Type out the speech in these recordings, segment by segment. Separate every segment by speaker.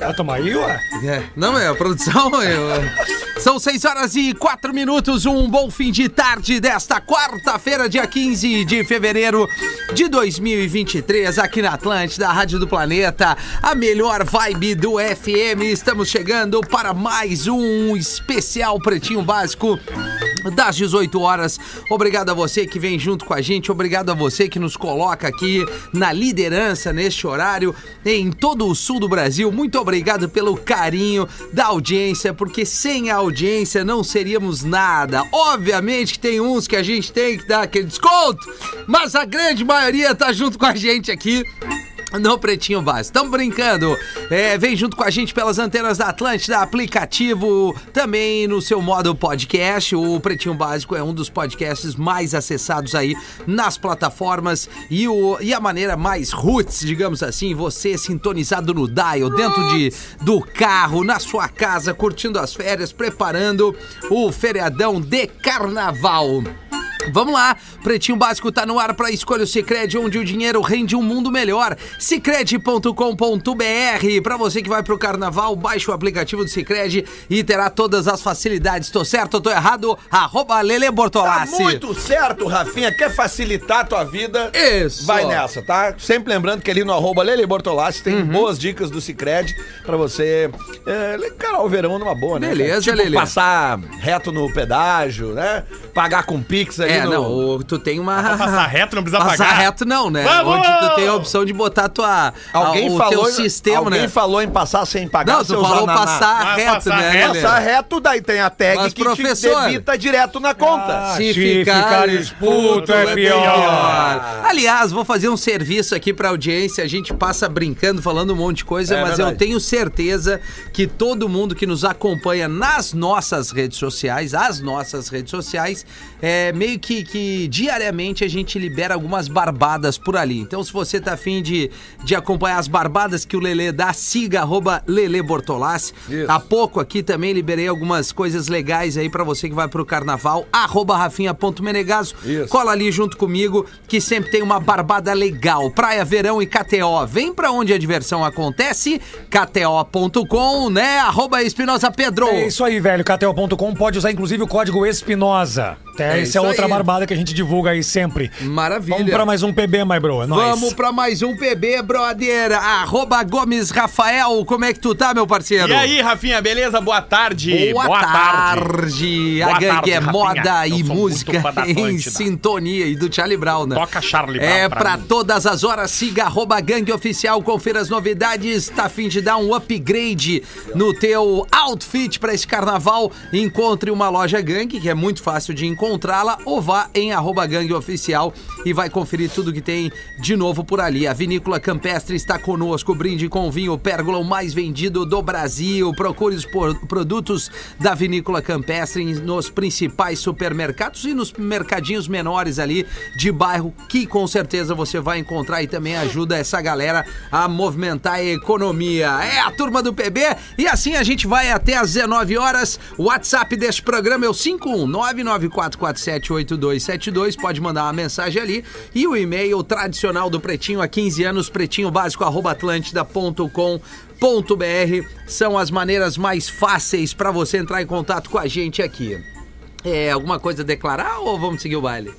Speaker 1: Ah, toma aí, ué.
Speaker 2: Não, é a produção. eu- São 6 horas e 4 minutos. Um bom fim de tarde desta quarta-feira, dia 15 de fevereiro de 2023, aqui na Atlântida, a Rádio do Planeta, a melhor vibe do FM. Estamos chegando para mais um especial Pretinho Básico das 18 horas. Obrigado a você que vem junto com a gente, obrigado a você que nos coloca aqui na liderança neste horário em todo o sul do Brasil. Muito obrigado pelo carinho da audiência, porque sem a audiência não seríamos nada. Obviamente que tem uns que a gente tem que dar aquele desconto, mas a grande maioria tá junto com a gente aqui. No Pretinho Básico. Estamos brincando. É, vem junto com a gente pelas antenas da Atlântida, aplicativo, também no seu modo podcast. O Pretinho Básico é um dos podcasts mais acessados aí nas plataformas e, o, e a maneira mais roots, digamos assim, você sintonizado no dial, dentro de, do carro, na sua casa, curtindo as férias, preparando o feriadão de carnaval. Vamos lá, Pretinho Básico tá no ar para escolha o Cicred, onde o dinheiro rende um mundo melhor. Cicred.com.br, para você que vai pro carnaval, baixa o aplicativo do Cicred e terá todas as facilidades. Tô certo, tô errado? Arroba Lele
Speaker 3: Tá
Speaker 2: Bortolassi.
Speaker 3: muito certo, Rafinha. Quer facilitar a tua vida?
Speaker 2: Isso.
Speaker 3: Vai nessa, tá? Sempre lembrando que ali no arroba Lele Bortolassi
Speaker 2: Uhum.
Speaker 3: tem boas dicas do Cicred pra você é, encarar o verão numa boa, né?
Speaker 2: Beleza,
Speaker 3: tipo,
Speaker 2: Lelê.
Speaker 3: passar reto no pedágio, né? Pagar com Pix ali
Speaker 2: É,
Speaker 3: no...
Speaker 2: não, o- tu tem uma...
Speaker 1: Passar reto, não precisa
Speaker 2: Passar
Speaker 1: pagar.
Speaker 2: reto não, né?
Speaker 1: Vamos!
Speaker 2: Onde tu tem a opção de botar tua,
Speaker 3: Alguém
Speaker 2: a, Ah, o
Speaker 3: falou,
Speaker 2: teu sistema,
Speaker 3: alguém
Speaker 2: né?
Speaker 3: falou em passar sem pagar
Speaker 2: Não, tu
Speaker 3: seus
Speaker 2: falou
Speaker 3: ananá.
Speaker 2: passar
Speaker 1: Mas
Speaker 2: reto,
Speaker 1: passar
Speaker 2: né,
Speaker 1: reto-
Speaker 2: Lelê?
Speaker 3: Passar reto, daí tem a tag
Speaker 2: Mas,
Speaker 3: que
Speaker 2: professor- Ah,
Speaker 3: te debita direto na conta.
Speaker 2: Se,
Speaker 1: ficar expulso é pior.
Speaker 2: Aliás, vou fazer um serviço aqui pra audiência. A gente passa brincando, falando um monte de coisa,
Speaker 3: É
Speaker 2: mas eu
Speaker 3: verdade.
Speaker 2: tenho certeza que todo mundo que nos acompanha nas nossas redes sociais, as nossas redes sociais, é meio que, que diariamente a gente libera algumas barbadas por ali. Então, se você tá afim de, de acompanhar as barbadas que o Lelê dá, siga arroba Lelê Bortolassi. Há pouco aqui também liberei algumas coisas legais aí pra você que vai pro carnaval, arroba rafinha.menegaso. Cola ali junto comigo, que sempre tem uma barbada legal. Praia, verão e KTO. Vem pra onde a diversão acontece, kto.com, né? Arroba Espinosa Pedro.
Speaker 1: É isso aí, velho. KTO.com pode usar inclusive o código Espinosa.
Speaker 2: É
Speaker 1: Até essa é
Speaker 2: isso
Speaker 1: outra
Speaker 2: aí.
Speaker 1: barbada que a gente divulga aí sempre.
Speaker 2: Maravilha.
Speaker 1: Vamos pra mais um PB, my bro. É nóis.
Speaker 2: Vamos pra mais um PB, brother. Arroba Gomes Rafael, como é que tu tá, meu parceiro?
Speaker 4: E aí, Rafinha, beleza? Boa tarde.
Speaker 2: Boa, tarde. A
Speaker 4: Boa
Speaker 2: gangue
Speaker 4: tarde,
Speaker 2: é
Speaker 4: Rafinha.
Speaker 2: moda
Speaker 4: Eu
Speaker 2: e
Speaker 4: sou
Speaker 2: música
Speaker 4: muito fã da
Speaker 2: em
Speaker 4: Atlântida.
Speaker 2: sintonia e do Charlie Brown, né?
Speaker 4: Toca Charlie Brown
Speaker 2: É,
Speaker 4: pra
Speaker 2: pra
Speaker 4: mim.
Speaker 2: todas as horas, siga arroba gangue oficial, confira as novidades, tá a fim de dar um upgrade no teu outfit pra esse carnaval, encontre uma loja gangue, que é muito fácil de encontrá-la, ou vá em arroba gangue oficial e vai conferir tudo que tem de novo por ali. A Vinícola Campestre está conosco, brinde com o vinho Pérgola, o mais vendido do Brasil. Procure os por- produtos da Vinícola Campestre nos principais supermercados e nos mercadinhos menores ali de bairro, que com certeza você vai encontrar e também ajuda essa galera a movimentar a economia. É a turma do PB e assim a gente vai até às 19 horas. O WhatsApp deste programa é o 51994478272. Pode mandar uma mensagem ali. E o e-mail tradicional do Pretinho há 15 anos, pretinhobásico.atlântida.com www.radiocultura.com.br são as maneiras mais fáceis para você entrar em contato com a gente aqui. É, alguma coisa a declarar ou vamos seguir o baile?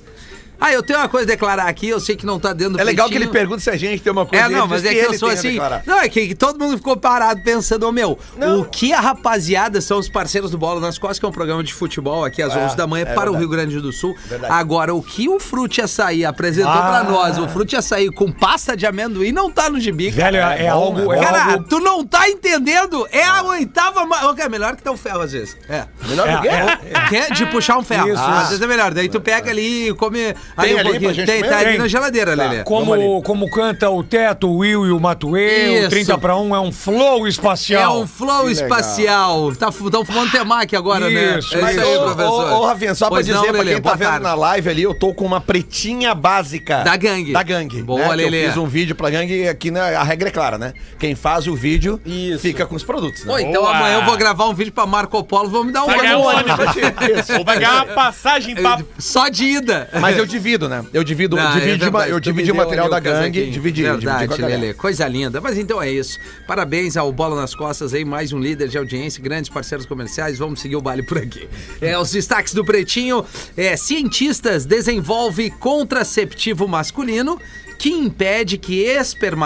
Speaker 2: Ah, eu tenho uma coisa a declarar aqui, eu sei que não tá dentro do
Speaker 3: É legal que ele
Speaker 2: pretinho.
Speaker 3: pergunta se a gente tem uma coisa
Speaker 2: É,
Speaker 3: e
Speaker 2: não,
Speaker 3: ele
Speaker 2: mas
Speaker 3: diz
Speaker 2: é que, eu
Speaker 3: ele né,
Speaker 2: sou
Speaker 3: tem a
Speaker 2: assim.
Speaker 3: declarar.
Speaker 2: Não, é que, que todo mundo ficou parado pensando, ô meu, o que a rapaziada são os parceiros do Bola nas Costas, que é um programa de futebol aqui às 11 da manhã
Speaker 3: é
Speaker 2: para o
Speaker 3: verdade.
Speaker 2: Rio Grande do Sul.
Speaker 3: Verdade.
Speaker 2: Agora, o que o Frute Açaí apresentou
Speaker 1: Ah.
Speaker 2: pra nós, o Frute Açaí com pasta de amendoim, não tá no gibi, cara.
Speaker 1: Velho, é, é algo. É
Speaker 2: né? Cara,
Speaker 1: algo...
Speaker 2: tu não tá entendendo? É a oitava. Ma... Ô, cara, melhor que ter um ferro às vezes. É.
Speaker 3: Melhor do que
Speaker 1: É, é.
Speaker 2: Que é de puxar um ferro.
Speaker 1: Isso,
Speaker 2: Ah,
Speaker 1: isso.
Speaker 2: Às vezes é melhor. Daí tu pega ali e come Aí
Speaker 3: Tem
Speaker 2: um
Speaker 3: ali pra
Speaker 2: pouquinho-
Speaker 3: gente
Speaker 2: tem,
Speaker 3: comer?
Speaker 2: tá ali
Speaker 1: Tem.
Speaker 2: na geladeira, Lelê.
Speaker 1: Como, como canta o Teto, o Will e o Matuê,
Speaker 2: Isso.
Speaker 1: o 30 pra 1 é um flow
Speaker 2: É
Speaker 1: espacial. Tá
Speaker 2: um flow espacial. Tá fu- tão fumando temaki agora, né?
Speaker 1: Isso,
Speaker 2: É
Speaker 3: Mas,
Speaker 2: isso
Speaker 3: ô,
Speaker 2: aí,
Speaker 3: ô,
Speaker 2: professor.
Speaker 3: ô, Rafinha, só pra
Speaker 2: Pois
Speaker 3: dizer
Speaker 2: não,
Speaker 3: pra
Speaker 2: Lelê,
Speaker 3: quem tá
Speaker 2: boa
Speaker 3: vendo
Speaker 2: tarde.
Speaker 3: na live ali, eu tô com uma pretinha básica.
Speaker 2: Da gangue.
Speaker 3: Da gangue.
Speaker 2: Boa,
Speaker 3: né, que
Speaker 2: Lelê.
Speaker 3: Eu fiz um vídeo pra gangue e aqui, né, a regra é clara, né? Quem faz o vídeo fica com os produtos, né?
Speaker 2: Ô, então
Speaker 4: Boa.
Speaker 2: amanhã eu vou gravar um vídeo pra Marco Polo, vou me dar um
Speaker 4: Vai ganhar um
Speaker 2: ônibus.
Speaker 4: ônibus. Ou vai ganhar uma passagem pra...
Speaker 2: Só de ida.
Speaker 3: Mas eu divido, né? Eu divido,
Speaker 2: Não, é
Speaker 3: dividi,
Speaker 2: verdade,
Speaker 3: eu
Speaker 2: tu me
Speaker 3: dividi o
Speaker 2: deu
Speaker 3: material
Speaker 2: ali
Speaker 3: da
Speaker 2: o
Speaker 3: gangue, dividi,
Speaker 2: casaquinho.
Speaker 3: dividi com a
Speaker 2: Verdade,
Speaker 3: galera.
Speaker 2: Lelê. Coisa linda. Mas então é isso. Parabéns ao Bola nas Costas aí, mais um líder de audiência, grandes parceiros comerciais. Vamos seguir o baile por aqui. É, os destaques do Pretinho. É, cientistas desenvolvem contraceptivo masculino que impede que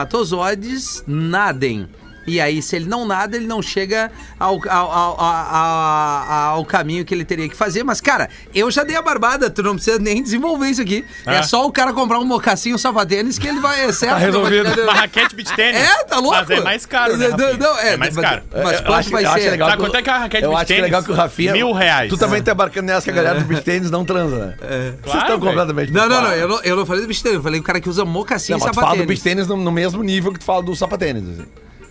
Speaker 2: espermatozoides nadem. E aí, se ele não nada, ele não chega ao, ao, ao, ao- ao caminho que ele teria que fazer. Mas, cara, eu já dei a barbada, tu não precisa nem desenvolver isso aqui. É só o cara comprar um mocassinho, um sapatênis, que ele vai, é certo.
Speaker 1: Tá resolvido.
Speaker 4: Uma raquete beat tênis.
Speaker 2: É, tá louco?
Speaker 4: Mas é mais caro, né,
Speaker 2: Não,
Speaker 4: Rafinha?
Speaker 2: não, é,
Speaker 4: é, mais
Speaker 2: mas-
Speaker 4: caro.
Speaker 3: Eu
Speaker 2: Mas quanto
Speaker 3: acho-
Speaker 2: vai
Speaker 3: eu acho
Speaker 2: ser?
Speaker 3: legal
Speaker 4: Sabe quanto é que é a raquete
Speaker 3: Eu
Speaker 4: beat
Speaker 3: acho que é
Speaker 4: tênis?
Speaker 3: legal que o Rafinha...
Speaker 4: Mil reais.
Speaker 3: Tu também tá embarcando nessa que a galera do beat tênis não transa, né? Vocês
Speaker 4: Claro,
Speaker 3: estão
Speaker 4: velho.
Speaker 3: completamente...
Speaker 2: É. Não, não, não,
Speaker 3: fora.
Speaker 2: eu não, eu não falei do bicho tênis, eu falei o cara que usa mocassinho
Speaker 3: Não,
Speaker 2: e
Speaker 3: mas tu fala do beat
Speaker 2: sapatênis.
Speaker 3: tênis no, no mesmo nível que tu fala do sapatênis, assim.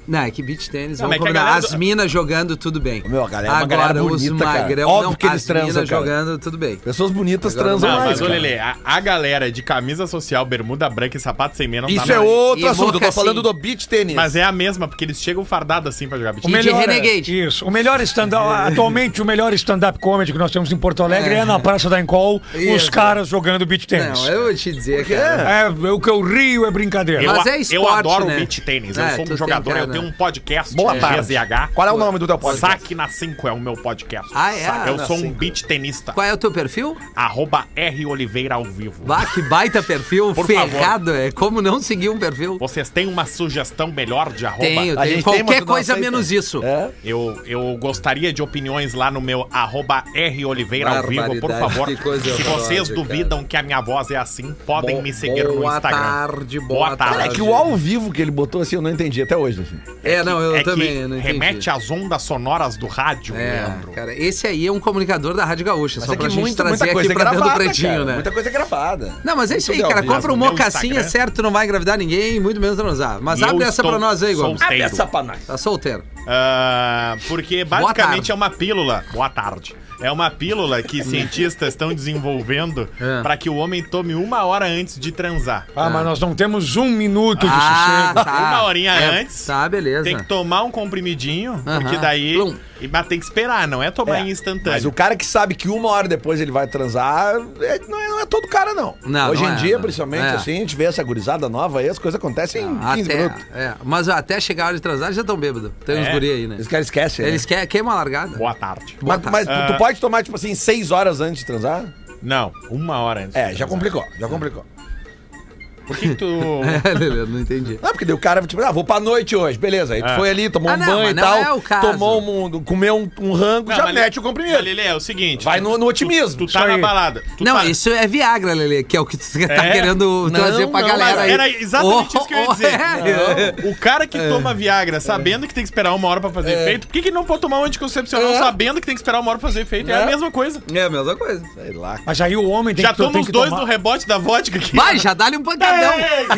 Speaker 2: Não, é que beat tênis,
Speaker 4: Não,
Speaker 2: vamos
Speaker 4: mas é que a
Speaker 2: combinar.
Speaker 4: galera
Speaker 2: As
Speaker 4: do-
Speaker 2: minas jogando, tudo bem.
Speaker 3: Meu, a galera é uma galera bonita, cara. Óbvio
Speaker 2: Óbvio não,
Speaker 3: que eles
Speaker 2: as
Speaker 3: transam,
Speaker 2: minas
Speaker 3: cara.
Speaker 2: jogando, tudo bem.
Speaker 3: Pessoas bonitas
Speaker 2: Agora
Speaker 3: transam
Speaker 4: Não,
Speaker 3: mais.
Speaker 4: mas, ô,
Speaker 3: cara.
Speaker 4: Lelê, a, a galera de camisa social, bermuda branca e sapato sem meia não
Speaker 3: Isso
Speaker 4: tá
Speaker 3: é
Speaker 4: mais.
Speaker 3: outro
Speaker 2: E
Speaker 3: assunto. Eu tô
Speaker 2: mocassim.
Speaker 3: falando do beat tênis.
Speaker 4: Mas é a mesma, porque eles chegam fardados assim pra jogar beat
Speaker 1: O
Speaker 4: tênis.
Speaker 2: de
Speaker 1: melhor, é-
Speaker 2: Renegade.
Speaker 1: Isso. O melhor stand-up. Atualmente, o melhor stand-up comedy que nós temos em Porto Alegre é, na Praça da Encol, os
Speaker 2: Isso.
Speaker 1: caras jogando beat tênis.
Speaker 2: Não, é- eu vou te dizer, cara.
Speaker 1: É, o que eu rio é brincadeira.
Speaker 4: Eu,
Speaker 2: Mas
Speaker 4: a-
Speaker 2: é
Speaker 4: eu
Speaker 2: esporte,
Speaker 4: adoro
Speaker 2: né?
Speaker 4: beat tênis, eu
Speaker 2: É,
Speaker 4: sou
Speaker 2: tu
Speaker 4: um
Speaker 2: tem
Speaker 4: jogador,
Speaker 2: cara,
Speaker 4: eu
Speaker 2: né?
Speaker 4: tenho um podcast
Speaker 3: Boa
Speaker 4: de
Speaker 3: tarde.
Speaker 4: GZH.
Speaker 3: Qual é o nome do teu podcast?
Speaker 4: Saque na 5 é o meu podcast.
Speaker 2: Ah, é?
Speaker 4: Saque Eu
Speaker 3: na
Speaker 4: sou um
Speaker 3: Cinco.
Speaker 4: beat tenista.
Speaker 2: Qual é o teu perfil?
Speaker 4: Arroba R Oliveira ao vivo.
Speaker 2: Bah, que baita perfil,
Speaker 4: Por
Speaker 2: ferrado. É como não seguir um perfil.
Speaker 4: Vocês têm uma sugestão melhor de arroba?
Speaker 2: Tenho,
Speaker 3: A
Speaker 2: tenho.
Speaker 3: gente tem, mas
Speaker 2: Qualquer
Speaker 3: tu não
Speaker 2: coisa
Speaker 3: aceita.
Speaker 2: menos isso.
Speaker 3: É?
Speaker 4: Eu, eu gostaria de opiniões lá no meu arroba R Oliveira ao vivo, por
Speaker 2: Barbaridade,
Speaker 4: favor.
Speaker 2: que coisa
Speaker 4: Se vocês
Speaker 2: horrorosa,
Speaker 4: duvidam que a minha voz é assim, podem
Speaker 2: Bo-
Speaker 4: me seguir no
Speaker 2: boa
Speaker 4: Instagram.
Speaker 2: tarde, boa
Speaker 4: Ah,
Speaker 3: Cara, é que o ao vivo que ele botou assim, eu não entendi até hoje. Assim.
Speaker 2: É, não, eu
Speaker 4: é
Speaker 2: também
Speaker 4: que
Speaker 2: não entendi.
Speaker 4: remete às ondas sonoras do rádio, Leandro.
Speaker 2: É, cara, esse aí é um comunicador da Rádio Gaúcha, só
Speaker 3: Mas é
Speaker 2: pra
Speaker 3: que
Speaker 2: gente
Speaker 3: muita,
Speaker 2: trazer
Speaker 3: muita coisa
Speaker 2: aqui
Speaker 3: é
Speaker 2: pra dentro do
Speaker 3: gravada,
Speaker 2: pretinho,
Speaker 3: cara.
Speaker 2: né?
Speaker 3: Muita coisa é gravada.
Speaker 2: Não, mas é isso aí,
Speaker 3: Tudo é
Speaker 2: cara.
Speaker 3: ao vivo.
Speaker 2: Compra um
Speaker 4: Mas o meu
Speaker 2: mocassinho, é
Speaker 4: Instagram-
Speaker 2: certo, não vai engravidar ninguém, muito menos transar. Mas
Speaker 4: Eu
Speaker 2: abre essa
Speaker 4: estou
Speaker 2: pra nós aí, Gomes.
Speaker 4: solteiro.
Speaker 3: pra nós.
Speaker 2: Tá solteiro.
Speaker 4: Ah, porque basicamente
Speaker 2: tarde.
Speaker 4: é uma pílula. Boa tarde. É uma pílula que cientistas estão desenvolvendo
Speaker 2: É.
Speaker 4: pra para que o homem tome uma hora antes de transar.
Speaker 1: Ah, mas nós não temos um minuto de sossego.
Speaker 4: Uma horinha antes.
Speaker 2: Ah, Tá, beleza.
Speaker 4: Tem que tomar um comprimidinho, porque
Speaker 2: Aham.
Speaker 4: daí.
Speaker 2: Plum.
Speaker 4: e- Mas tem que esperar, não é tomar
Speaker 3: É,
Speaker 4: em
Speaker 3: Mas o
Speaker 4: instantâneo.
Speaker 3: cara que sabe que uma hora depois ele vai transar, é- não, é, não é todo cara, não.
Speaker 2: Não,
Speaker 3: Hoje
Speaker 2: não
Speaker 3: em
Speaker 2: é,
Speaker 3: dia,
Speaker 2: não.
Speaker 3: principalmente,
Speaker 2: É.
Speaker 3: assim, a gente vê essa gurizada nova aí, as coisas acontecem
Speaker 4: um
Speaker 3: em 15
Speaker 2: até,
Speaker 3: minutos.
Speaker 2: é. Mas ó, até chegar a hora de transar, eles já estão bêbados. Tem uns
Speaker 4: É.
Speaker 2: guri aí, né?
Speaker 3: Esse cara esquece, né?
Speaker 2: Eles querem queima a largada.
Speaker 4: Boa tarde.
Speaker 2: Boa
Speaker 3: Mas,
Speaker 2: tarde.
Speaker 3: mas
Speaker 4: Ah.
Speaker 3: tu- tu pode tomar, tipo assim, 6 horas antes de transar?
Speaker 4: Não, uma hora antes.
Speaker 3: É,
Speaker 4: de
Speaker 3: já
Speaker 4: transar.
Speaker 3: complicou, já complicou.
Speaker 4: Por que que tu.
Speaker 2: É, Lelê, não entendi.
Speaker 3: Não, porque daí o cara, tipo, ah, vou pra noite hoje, beleza. Aí tu
Speaker 4: É.
Speaker 3: foi ali, tomou
Speaker 2: Ah,
Speaker 3: um
Speaker 2: não,
Speaker 3: banho
Speaker 2: mas
Speaker 3: e
Speaker 2: não
Speaker 3: tal,
Speaker 2: é o caso.
Speaker 3: tomou um, comeu um, um rango,
Speaker 4: Não,
Speaker 3: já
Speaker 4: mas-
Speaker 3: mete o
Speaker 4: Mas,
Speaker 3: comprimido.
Speaker 4: Lelê, é o seguinte.
Speaker 3: Vai
Speaker 4: tu-
Speaker 3: no, no otimismo.
Speaker 4: Tu tá
Speaker 1: Isso
Speaker 4: na
Speaker 1: aí.
Speaker 4: balada. Tu
Speaker 2: não,
Speaker 4: tá...
Speaker 2: isso é Viagra, Lelê, que é o que tu tá
Speaker 4: É?
Speaker 2: querendo
Speaker 3: Não,
Speaker 2: trazer pra
Speaker 3: não,
Speaker 2: galera
Speaker 4: Mas
Speaker 2: aí.
Speaker 4: era exatamente
Speaker 2: Oh,
Speaker 4: isso que eu ia
Speaker 2: oh,
Speaker 4: dizer.
Speaker 2: é.
Speaker 4: O cara que toma Viagra sabendo que tem que esperar uma hora pra fazer
Speaker 3: É.
Speaker 4: efeito, por que, que não pode tomar um anticoncepcional sabendo que tem que esperar uma hora pra fazer efeito? É, a mesma coisa.
Speaker 2: É a mesma coisa.
Speaker 3: Sei lá.
Speaker 1: Mas aí o homem tem
Speaker 4: Já
Speaker 1: que, tem
Speaker 4: toma os
Speaker 1: que
Speaker 4: dois
Speaker 1: tomar-
Speaker 4: no rebote da vodka aqui.
Speaker 2: Vai, já dá-lhe um pancadão.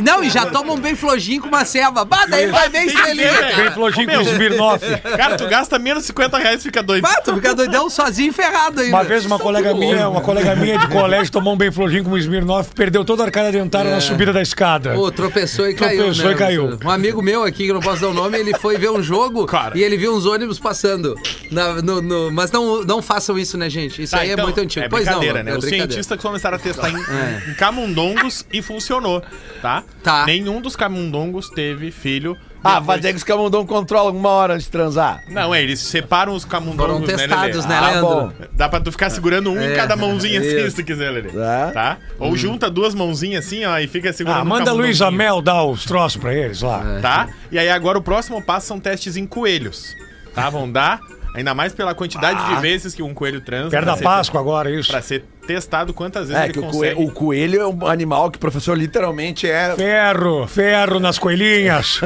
Speaker 2: Não, e já toma um bem flojinho com uma ceva. Bah, daí ele vai bem
Speaker 4: Tem que
Speaker 2: estrelinha,
Speaker 4: ver,
Speaker 2: cara.
Speaker 1: Bem flojinho com
Speaker 4: Meu.
Speaker 1: o Smirnoff.
Speaker 4: Cara, tu gasta menos 50 reais e fica doido.
Speaker 2: Bah, tu fica doidão sozinho e ferrado ainda.
Speaker 1: Uma vez uma colega minha, uma colega minha de colégio tomou um bem flojinho com o Smirnoff, perdeu toda a arcada dentária na subida da escada.
Speaker 2: Pô, tropeçou e caiu.
Speaker 1: Tropeçou
Speaker 2: né?
Speaker 1: e caiu.
Speaker 2: Um amigo meu aqui, que eu não posso dar o nome, ele foi ver um jogo
Speaker 4: Cara.
Speaker 2: e ele viu uns ônibus passando. na- no- no- mas não, não façam isso, né, gente? Isso
Speaker 4: Tá,
Speaker 2: aí
Speaker 4: então,
Speaker 2: é muito antigo.
Speaker 4: É
Speaker 2: pois não,
Speaker 4: brincadeira, né?
Speaker 2: é
Speaker 4: Os
Speaker 2: brincadeira. É.
Speaker 4: cientistas começaram a testar em, em camundongos e funcionou, tá?
Speaker 2: Tá.
Speaker 4: Nenhum dos camundongos teve filho.
Speaker 3: Ah,
Speaker 4: depois-
Speaker 3: vai dizer que os camundongos controlam uma hora antes de transar.
Speaker 4: Não, é, eles separam os
Speaker 2: Foram
Speaker 4: camundongos,
Speaker 2: testados, né,
Speaker 4: Lelê?
Speaker 3: Ah, bom.
Speaker 2: Leandro?
Speaker 4: Dá pra tu ficar segurando um em
Speaker 2: É, Hum.
Speaker 4: cada mãozinha assim,
Speaker 2: isso.
Speaker 4: se tu quiser, Lelê.
Speaker 3: Tá.
Speaker 4: Tá? Ou junta duas mãozinhas assim, ó, e fica segurando
Speaker 1: Ah,
Speaker 4: um
Speaker 1: manda a
Speaker 4: camundonguinho,
Speaker 1: Luísa Mel dar os troços pra eles lá.
Speaker 4: Tá? E aí agora o próximo passo são testes em coelhos. Tá? Vão dar, ainda mais pela quantidade de vezes que um coelho transa.
Speaker 1: Perto
Speaker 4: pra
Speaker 1: da
Speaker 4: ser-
Speaker 1: Páscoa agora, isso.
Speaker 4: Pra ser testado quantas vezes
Speaker 3: É,
Speaker 4: ele
Speaker 3: que o
Speaker 4: consegue.
Speaker 3: coelho, o coelho é um animal que o professor literalmente é.
Speaker 1: Ferro, ferro nas coelhinhas.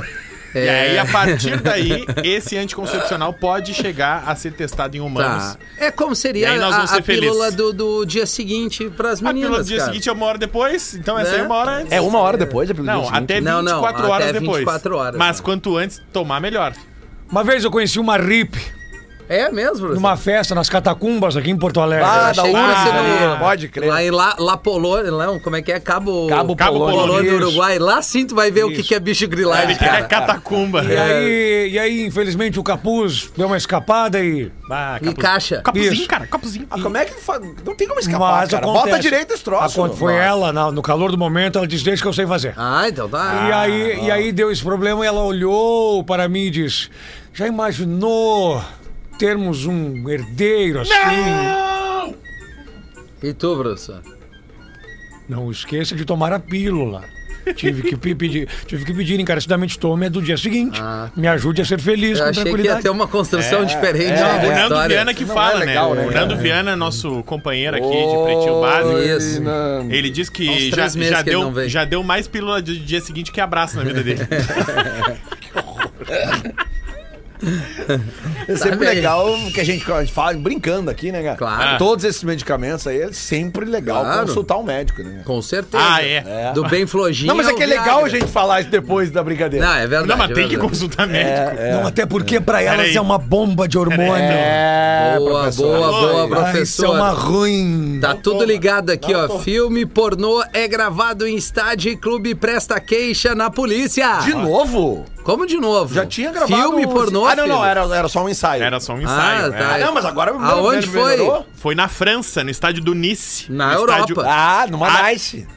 Speaker 4: E
Speaker 2: É.
Speaker 4: aí,
Speaker 2: tá.
Speaker 4: a partir daí, esse anticoncepcional pode chegar a ser testado em humanos.
Speaker 2: Tá. É como
Speaker 4: E
Speaker 2: seria
Speaker 4: aí nós
Speaker 2: a,
Speaker 4: vamos
Speaker 2: a
Speaker 4: ser felizes.
Speaker 2: pílula do, do dia seguinte pras
Speaker 4: A pílula
Speaker 2: meninas,
Speaker 4: do dia
Speaker 2: cara.
Speaker 4: seguinte é uma hora depois, então essa aí é
Speaker 2: Né?
Speaker 4: uma hora antes.
Speaker 3: É uma hora depois, é pelo
Speaker 4: Não,
Speaker 3: dia seguinte?
Speaker 4: até
Speaker 2: Não,
Speaker 4: 24
Speaker 2: não, até
Speaker 4: horas depois.
Speaker 2: 24 horas,
Speaker 4: Mas
Speaker 2: né?
Speaker 4: quanto antes tomar, melhor.
Speaker 1: Uma vez eu conheci uma RIP
Speaker 2: É mesmo, Bruce?
Speaker 1: numa festa nas catacumbas aqui em Porto Alegre.
Speaker 3: Ah, da
Speaker 2: achei que
Speaker 3: urna,
Speaker 2: seria-
Speaker 3: não pode crer.
Speaker 2: Lá em La, La Polônia, lá, como é que é? Cabo...
Speaker 3: Cabo
Speaker 4: Cabo
Speaker 3: Polônia.
Speaker 4: Polônia.
Speaker 2: Polônia do Uruguai. Lá sim tu vai ver o que, que é bicho grilagem,
Speaker 4: Ele quer a
Speaker 2: cara. É.
Speaker 4: catacumba.
Speaker 1: E aí, e aí, infelizmente, o capuz deu uma escapada e.
Speaker 4: Ah,
Speaker 2: E caixa.
Speaker 4: Capuzinho,
Speaker 1: Isso.
Speaker 4: cara, capuzinho.
Speaker 3: Ah, como é que faz? Não tem como escapar, cara. Bota direito esse troço.
Speaker 1: Aconte- Foi
Speaker 3: Nossa.
Speaker 1: ela, na- no calor do momento, ela disse: Deixa que eu sei fazer.
Speaker 2: Ah, então tá.
Speaker 1: E, aí, e aí deu esse problema e ela olhou para mim e disse: Já imaginou termos um herdeiro assim?
Speaker 2: E tu, Bruce?
Speaker 1: Não esqueça de tomar a pílula. Tive que, pe- pedir, tive que pedir encarecidamente, tome a do dia seguinte. Me ajude a ser feliz
Speaker 2: Eu
Speaker 1: com
Speaker 2: achei que ia
Speaker 1: tranquilidade.
Speaker 2: ter uma construção diferente aí da
Speaker 4: Não, É, o Nando
Speaker 2: É, história.
Speaker 4: Viana que
Speaker 3: É, Não
Speaker 4: fala,
Speaker 3: é legal,
Speaker 4: né?
Speaker 3: né,
Speaker 4: O
Speaker 3: cara? Oh,
Speaker 4: Nando Viana, nosso companheiro aqui de Pretinho Básico.
Speaker 2: Isso.
Speaker 4: Ele diz
Speaker 2: Há
Speaker 4: que
Speaker 2: uns
Speaker 4: já,
Speaker 2: três meses
Speaker 4: já
Speaker 2: que ele não
Speaker 4: deu,
Speaker 2: vem.
Speaker 4: já deu mais pílula do dia seguinte que abraço na vida dele.
Speaker 3: É sempre
Speaker 2: Sabe aí.
Speaker 3: legal que a gente fala brincando aqui, né, cara?
Speaker 2: Claro.
Speaker 3: Todos esses medicamentos aí, é sempre legal
Speaker 2: Claro.
Speaker 3: consultar o médico, né?
Speaker 2: Com certeza.
Speaker 4: Ah, é.
Speaker 2: Do bem flojinho.
Speaker 3: Não, mas é que é
Speaker 2: ao Viagra.
Speaker 3: legal a gente falar isso depois da brincadeira.
Speaker 2: Não, é verdade.
Speaker 4: Não, mas
Speaker 2: é
Speaker 4: tem que
Speaker 2: verdade.
Speaker 4: consultar médico.
Speaker 1: Não, até porque para elas
Speaker 4: Peraí.
Speaker 1: é uma bomba de hormônio.
Speaker 3: É,
Speaker 2: Boa,
Speaker 3: professor.
Speaker 2: boa, boa,
Speaker 4: Ai,
Speaker 1: Ah, isso é
Speaker 2: professor.
Speaker 1: uma ruim.
Speaker 2: Tá tudo ligado aqui, ó. Filme pornô é gravado em estádio e clube presta queixa na polícia.
Speaker 3: De novo?
Speaker 2: Como de novo?
Speaker 3: Já tinha gravado.
Speaker 2: Filme pornô.
Speaker 3: Ah, não, não,
Speaker 2: filho.
Speaker 3: era, era só um ensaio.
Speaker 4: Era só um ensaio.
Speaker 2: Ah,
Speaker 4: é.
Speaker 2: tá.
Speaker 3: Ah, não, mas agora
Speaker 2: Aonde foi?
Speaker 3: melhorou.
Speaker 4: Foi na França, no estádio do Nice.
Speaker 2: Na
Speaker 4: no
Speaker 2: Europa.
Speaker 4: estádio-
Speaker 3: Ah, numa
Speaker 4: Ah.
Speaker 3: nice.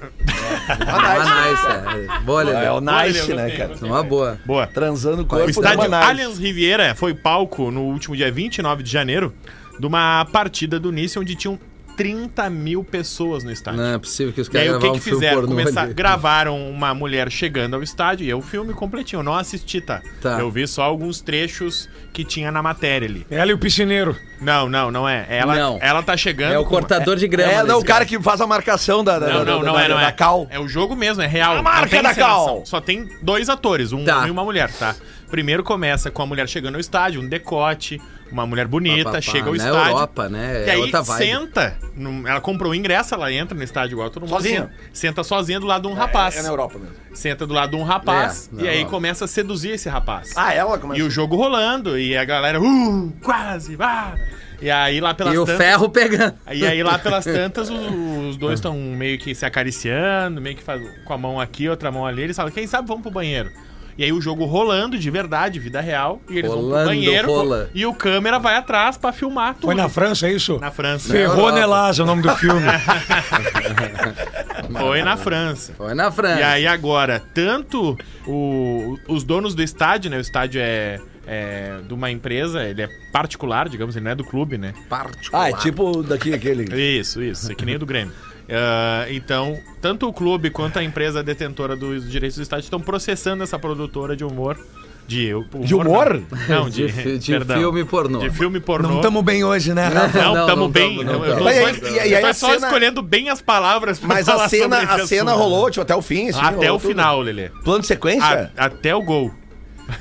Speaker 2: Ah, nice. É. Boa,
Speaker 3: É o
Speaker 2: Lelê.
Speaker 3: nice,
Speaker 4: Olha,
Speaker 3: né,
Speaker 4: eu
Speaker 3: cara?
Speaker 4: gostei.
Speaker 2: Uma boa.
Speaker 4: Boa.
Speaker 3: Transando o corpo
Speaker 4: O estádio
Speaker 3: numa nice.
Speaker 4: Allianz Riviera foi palco no último dia 29 de janeiro de uma partida do Nice onde tinham 30 mil pessoas no estádio.
Speaker 2: Não é possível que os
Speaker 4: E aí
Speaker 2: caras
Speaker 4: o que,
Speaker 2: gravaram
Speaker 4: que
Speaker 2: um filme
Speaker 4: fizeram?
Speaker 2: pornô.
Speaker 4: Começar,
Speaker 2: ali.
Speaker 4: gravaram uma mulher chegando ao estádio e é o filme completinho. Eu não assisti, tá?
Speaker 2: Tá.
Speaker 4: Eu vi só alguns trechos que tinha na matéria ali.
Speaker 1: Ela e o piscineiro.
Speaker 4: Não, não, não é. Ela,
Speaker 2: Não.
Speaker 4: ela tá chegando.
Speaker 2: É o
Speaker 4: com-
Speaker 2: cortador de grama.
Speaker 3: É, não,
Speaker 2: desse
Speaker 3: o cara que faz a marcação da, da,
Speaker 4: Não,
Speaker 3: da-
Speaker 4: não,
Speaker 3: da-
Speaker 4: não
Speaker 3: da-
Speaker 4: é, não
Speaker 3: da
Speaker 4: é.
Speaker 3: cal.
Speaker 4: É o jogo mesmo, é real.
Speaker 3: A marca
Speaker 4: tem
Speaker 3: da
Speaker 4: encenação.
Speaker 3: Cal.
Speaker 4: Só tem dois atores, um
Speaker 2: Tá.
Speaker 4: homem e uma mulher, tá? Primeiro começa com a mulher chegando ao estádio, um decote, uma mulher bonita,
Speaker 2: Papapá,
Speaker 4: chega ao
Speaker 2: na
Speaker 4: estádio.
Speaker 2: Europa, né?
Speaker 4: E
Speaker 2: É
Speaker 4: aí
Speaker 2: outra vibe.
Speaker 4: senta, num- ela comprou o ingresso, ela entra no estádio igual todo mundo.
Speaker 3: Sozinha.
Speaker 4: Senta, senta sozinha do lado de um rapaz.
Speaker 3: É na Europa mesmo.
Speaker 4: Senta do lado de um rapaz
Speaker 2: É, na
Speaker 4: e aí
Speaker 2: Europa.
Speaker 4: começa a seduzir esse rapaz.
Speaker 3: Ah, ela começa.
Speaker 4: E o jogo rolando, e a galera, uh, quase, vá. E aí lá pelas
Speaker 2: E o
Speaker 4: tantas-
Speaker 2: ferro pegando.
Speaker 4: E aí lá pelas tantas, os, os dois estão meio que se acariciando, meio que faz, um, com a mão aqui, outra mão ali. Eles falam, quem sabe vamos pro banheiro. E aí o jogo rolando de verdade, vida real, e eles vão
Speaker 2: Rolando,
Speaker 4: pro banheiro
Speaker 2: rola.
Speaker 4: e o câmera vai atrás pra filmar tudo.
Speaker 1: Foi na França é isso?
Speaker 4: Na França.
Speaker 1: Ferrou
Speaker 2: Na Europa.
Speaker 1: Nelasa é o nome do filme.
Speaker 4: Foi na França.
Speaker 2: Foi na França.
Speaker 4: E aí agora, tanto o- os donos do estádio, né? O estádio é, é de uma empresa, ele é particular, digamos, ele não é do clube, né?
Speaker 2: particular.
Speaker 3: Ah, é tipo daqui aquele.
Speaker 4: Isso, isso, é que nem o do Grêmio. Ah, então, tanto o clube quanto a empresa detentora dos direitos do estádio estão processando essa produtora de humor. De humor?
Speaker 3: De humor?
Speaker 4: Não, de,
Speaker 2: De fi- de
Speaker 4: perdão.
Speaker 2: filme pornô.
Speaker 4: De filme pornô.
Speaker 1: Não estamos bem hoje, né?
Speaker 4: Não,
Speaker 2: Não,
Speaker 4: tamo
Speaker 2: não
Speaker 4: bem.
Speaker 2: tamo, não
Speaker 4: eu tô
Speaker 2: tamo.
Speaker 3: E
Speaker 4: só,
Speaker 3: aí- é e aí
Speaker 4: eu tô
Speaker 3: a
Speaker 4: só
Speaker 3: cena-
Speaker 4: escolhendo bem as palavras pra
Speaker 3: Mas a
Speaker 4: falar
Speaker 3: cena,
Speaker 4: sobre esse
Speaker 3: a cena
Speaker 4: assunto.
Speaker 3: rolou tipo, até o fim, assim,
Speaker 4: Até
Speaker 3: rolou
Speaker 4: o
Speaker 3: tudo.
Speaker 4: final, Lelê.
Speaker 3: Plano de sequência?
Speaker 4: A- até o gol.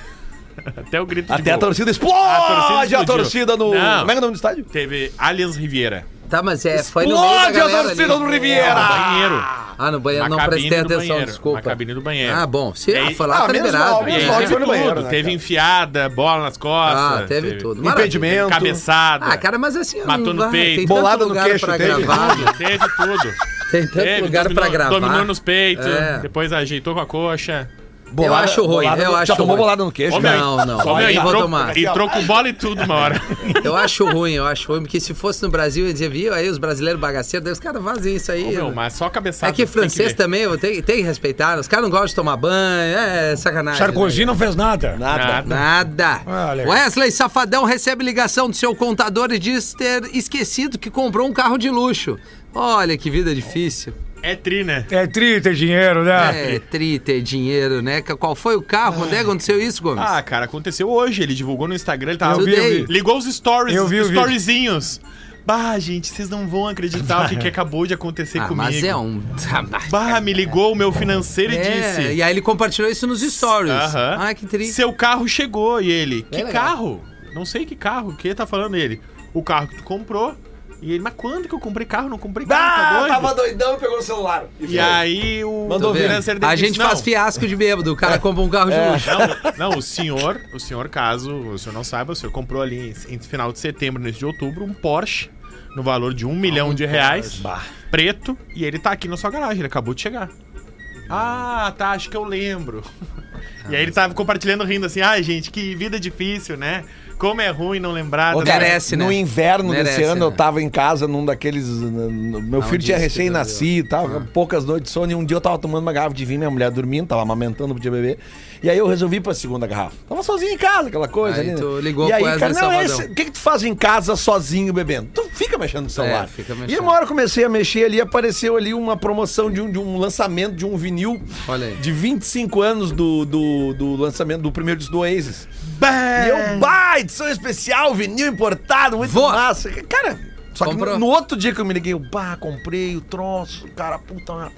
Speaker 4: até o grito
Speaker 3: até a
Speaker 4: de gol.
Speaker 3: torcida explode! A
Speaker 4: tipo, explodiu.
Speaker 3: torcida no.
Speaker 4: Não.
Speaker 3: Como é que é o nome do estádio?
Speaker 4: Teve Allianz Riviera.
Speaker 2: Tá, mas é, foi no meio da
Speaker 3: Explode a
Speaker 2: galera
Speaker 3: torcida
Speaker 2: ali.
Speaker 3: do Riviera!
Speaker 4: Banheiro.
Speaker 2: Ah, no banheiro,
Speaker 4: Na
Speaker 2: não
Speaker 4: cabine
Speaker 2: prestei
Speaker 4: do
Speaker 2: atenção,
Speaker 4: banheiro,
Speaker 2: desculpa.
Speaker 4: na cabine do banheiro.
Speaker 2: Ah, bom, se
Speaker 4: E aí-
Speaker 2: foi lá,
Speaker 3: Ah,
Speaker 2: tá
Speaker 3: menos
Speaker 2: liberado.
Speaker 3: mal,
Speaker 4: E aí
Speaker 3: menos mal que
Speaker 4: teve
Speaker 3: foi no
Speaker 4: tudo.
Speaker 3: banheiro, né,
Speaker 4: teve
Speaker 3: cara?
Speaker 4: enfiada, bola nas costas.
Speaker 2: Ah, teve tudo. Maravilha.
Speaker 3: Impedimento.
Speaker 4: Cabeçada.
Speaker 2: Ah, cara, mas assim,
Speaker 4: Matou no
Speaker 2: vai,
Speaker 4: peito.
Speaker 2: tem
Speaker 3: Bolada
Speaker 2: tanto
Speaker 3: no
Speaker 2: lugar
Speaker 3: queixo,
Speaker 2: pra
Speaker 3: teve.
Speaker 2: gravar.
Speaker 4: Teve tudo.
Speaker 2: Tem tanto
Speaker 4: Teve,
Speaker 2: lugar
Speaker 4: dominou,
Speaker 2: pra gravar.
Speaker 4: Dominou nos peitos,
Speaker 2: É.
Speaker 4: depois ajeitou com a coxa.
Speaker 2: Eu acho ruim,
Speaker 3: bolada
Speaker 2: eu
Speaker 3: no-
Speaker 2: acho
Speaker 3: Já tomou
Speaker 2: ruim.
Speaker 3: bolada no queijo?
Speaker 4: Ô,
Speaker 3: né?
Speaker 4: meu,
Speaker 2: Não, não,
Speaker 4: Só
Speaker 2: não
Speaker 4: meu,
Speaker 2: vou
Speaker 4: entrou,
Speaker 2: tomar.
Speaker 4: entrou com bola e tudo uma hora.
Speaker 2: Eu acho ruim, eu acho ruim, porque se fosse no Brasil, eles diziam, viu, aí os brasileiros bagaceiros, daí os caras fazem isso aí.
Speaker 4: Ô, meu,
Speaker 2: né?
Speaker 4: mas só cabeçada.
Speaker 2: é que francês
Speaker 4: também.
Speaker 2: também eu tenho- tem que respeitar, os caras não gostam de tomar banho, é sacanagem.
Speaker 1: Sarkozy não fez nada.
Speaker 3: Nada.
Speaker 2: Nada.
Speaker 1: Ah, legal.
Speaker 2: Wesley Safadão recebe ligação do seu contador e diz ter esquecido que comprou um carro de luxo. Olha que vida difícil.
Speaker 4: É tri, né?
Speaker 1: É triste dinheiro,
Speaker 3: Ah,
Speaker 1: né?
Speaker 2: É, tri ter dinheiro, né? Qual foi o carro? Onde é que aconteceu isso, Gomes?
Speaker 4: Ah, cara, aconteceu hoje. Ele divulgou no Instagram, ele tava.
Speaker 1: Eu vi, eu vi.
Speaker 4: Ligou os stories,
Speaker 1: Eu vi o
Speaker 4: os storyzinhos. Bah, gente, vocês não vão acreditar o que, que acabou de acontecer
Speaker 2: Ah,
Speaker 4: comigo.
Speaker 2: mas é um.
Speaker 4: Bah, me ligou o meu financeiro e
Speaker 2: É,
Speaker 4: disse.
Speaker 2: E aí ele compartilhou isso nos stories.
Speaker 4: Aham.
Speaker 2: Ah, que triste.
Speaker 4: Seu carro chegou e ele. que
Speaker 2: legal.
Speaker 4: carro? Não sei que carro. O que tá falando ele? O carro que tu comprou. E ele, mas quando que eu comprei carro? Não comprei carro, tá
Speaker 3: Ah,
Speaker 4: doido?
Speaker 3: tava doidão e pegou o celular.
Speaker 4: E aí o
Speaker 3: Mandou
Speaker 2: Tá vendo?
Speaker 4: financeiro dele
Speaker 2: A
Speaker 4: disse,
Speaker 2: gente
Speaker 4: "Não,
Speaker 2: faz fiasco de bêbado, o cara compra um carro de luxo.
Speaker 4: Não, não, o senhor, o senhor, caso o senhor não saiba, o senhor comprou ali em, em final de setembro, início de outubro, um Porsche no valor
Speaker 2: Ah,
Speaker 4: de um milhão de reais, preto, e ele tá aqui na sua garagem, ele acabou de chegar. Ah, tá, acho que eu lembro.
Speaker 2: Ah,
Speaker 4: e aí ele tava compartilhando, rindo assim, ai gente, que vida difícil, né? Como é ruim não lembrar.
Speaker 3: Ô,
Speaker 4: da-
Speaker 3: cara,
Speaker 2: Merece, né?
Speaker 3: No inverno
Speaker 2: Merece,
Speaker 3: desse ano,
Speaker 2: né?
Speaker 3: eu tava em casa num daqueles. n- n- Meu filho tinha
Speaker 2: disse,
Speaker 3: recém-nascido e tal,
Speaker 2: Ah.
Speaker 3: poucas noites de sono. E um dia eu tava tomando uma garrafa de vinho, minha mulher dormindo, tava amamentando, não podia beber. E aí eu resolvi ir pra segunda garrafa. Tava sozinho em casa, aquela coisa
Speaker 2: Aí
Speaker 3: ali. né?
Speaker 2: tu ligou
Speaker 3: e aí,
Speaker 2: pro Wesley
Speaker 3: cara, não, é
Speaker 2: Safadão.
Speaker 3: esse- o que, que tu faz em casa sozinho bebendo? Tu fica mexendo no celular.
Speaker 2: É, fica
Speaker 3: E
Speaker 2: mexendo.
Speaker 3: uma hora eu comecei a mexer ali, apareceu ali uma promoção de um, de um lançamento de um vinil
Speaker 2: Olha aí.
Speaker 3: de 25 anos do, do, do lançamento do primeiro disco do Oasis.
Speaker 4: Bah!
Speaker 3: E é
Speaker 1: É.
Speaker 3: eu, bah, edição especial, vinil importado, muito
Speaker 2: Vou.
Speaker 3: massa. Cara, só
Speaker 2: Comprou.
Speaker 3: que no, no outro dia que eu me liguei, eu, bah, comprei o troço, cara, puta merda.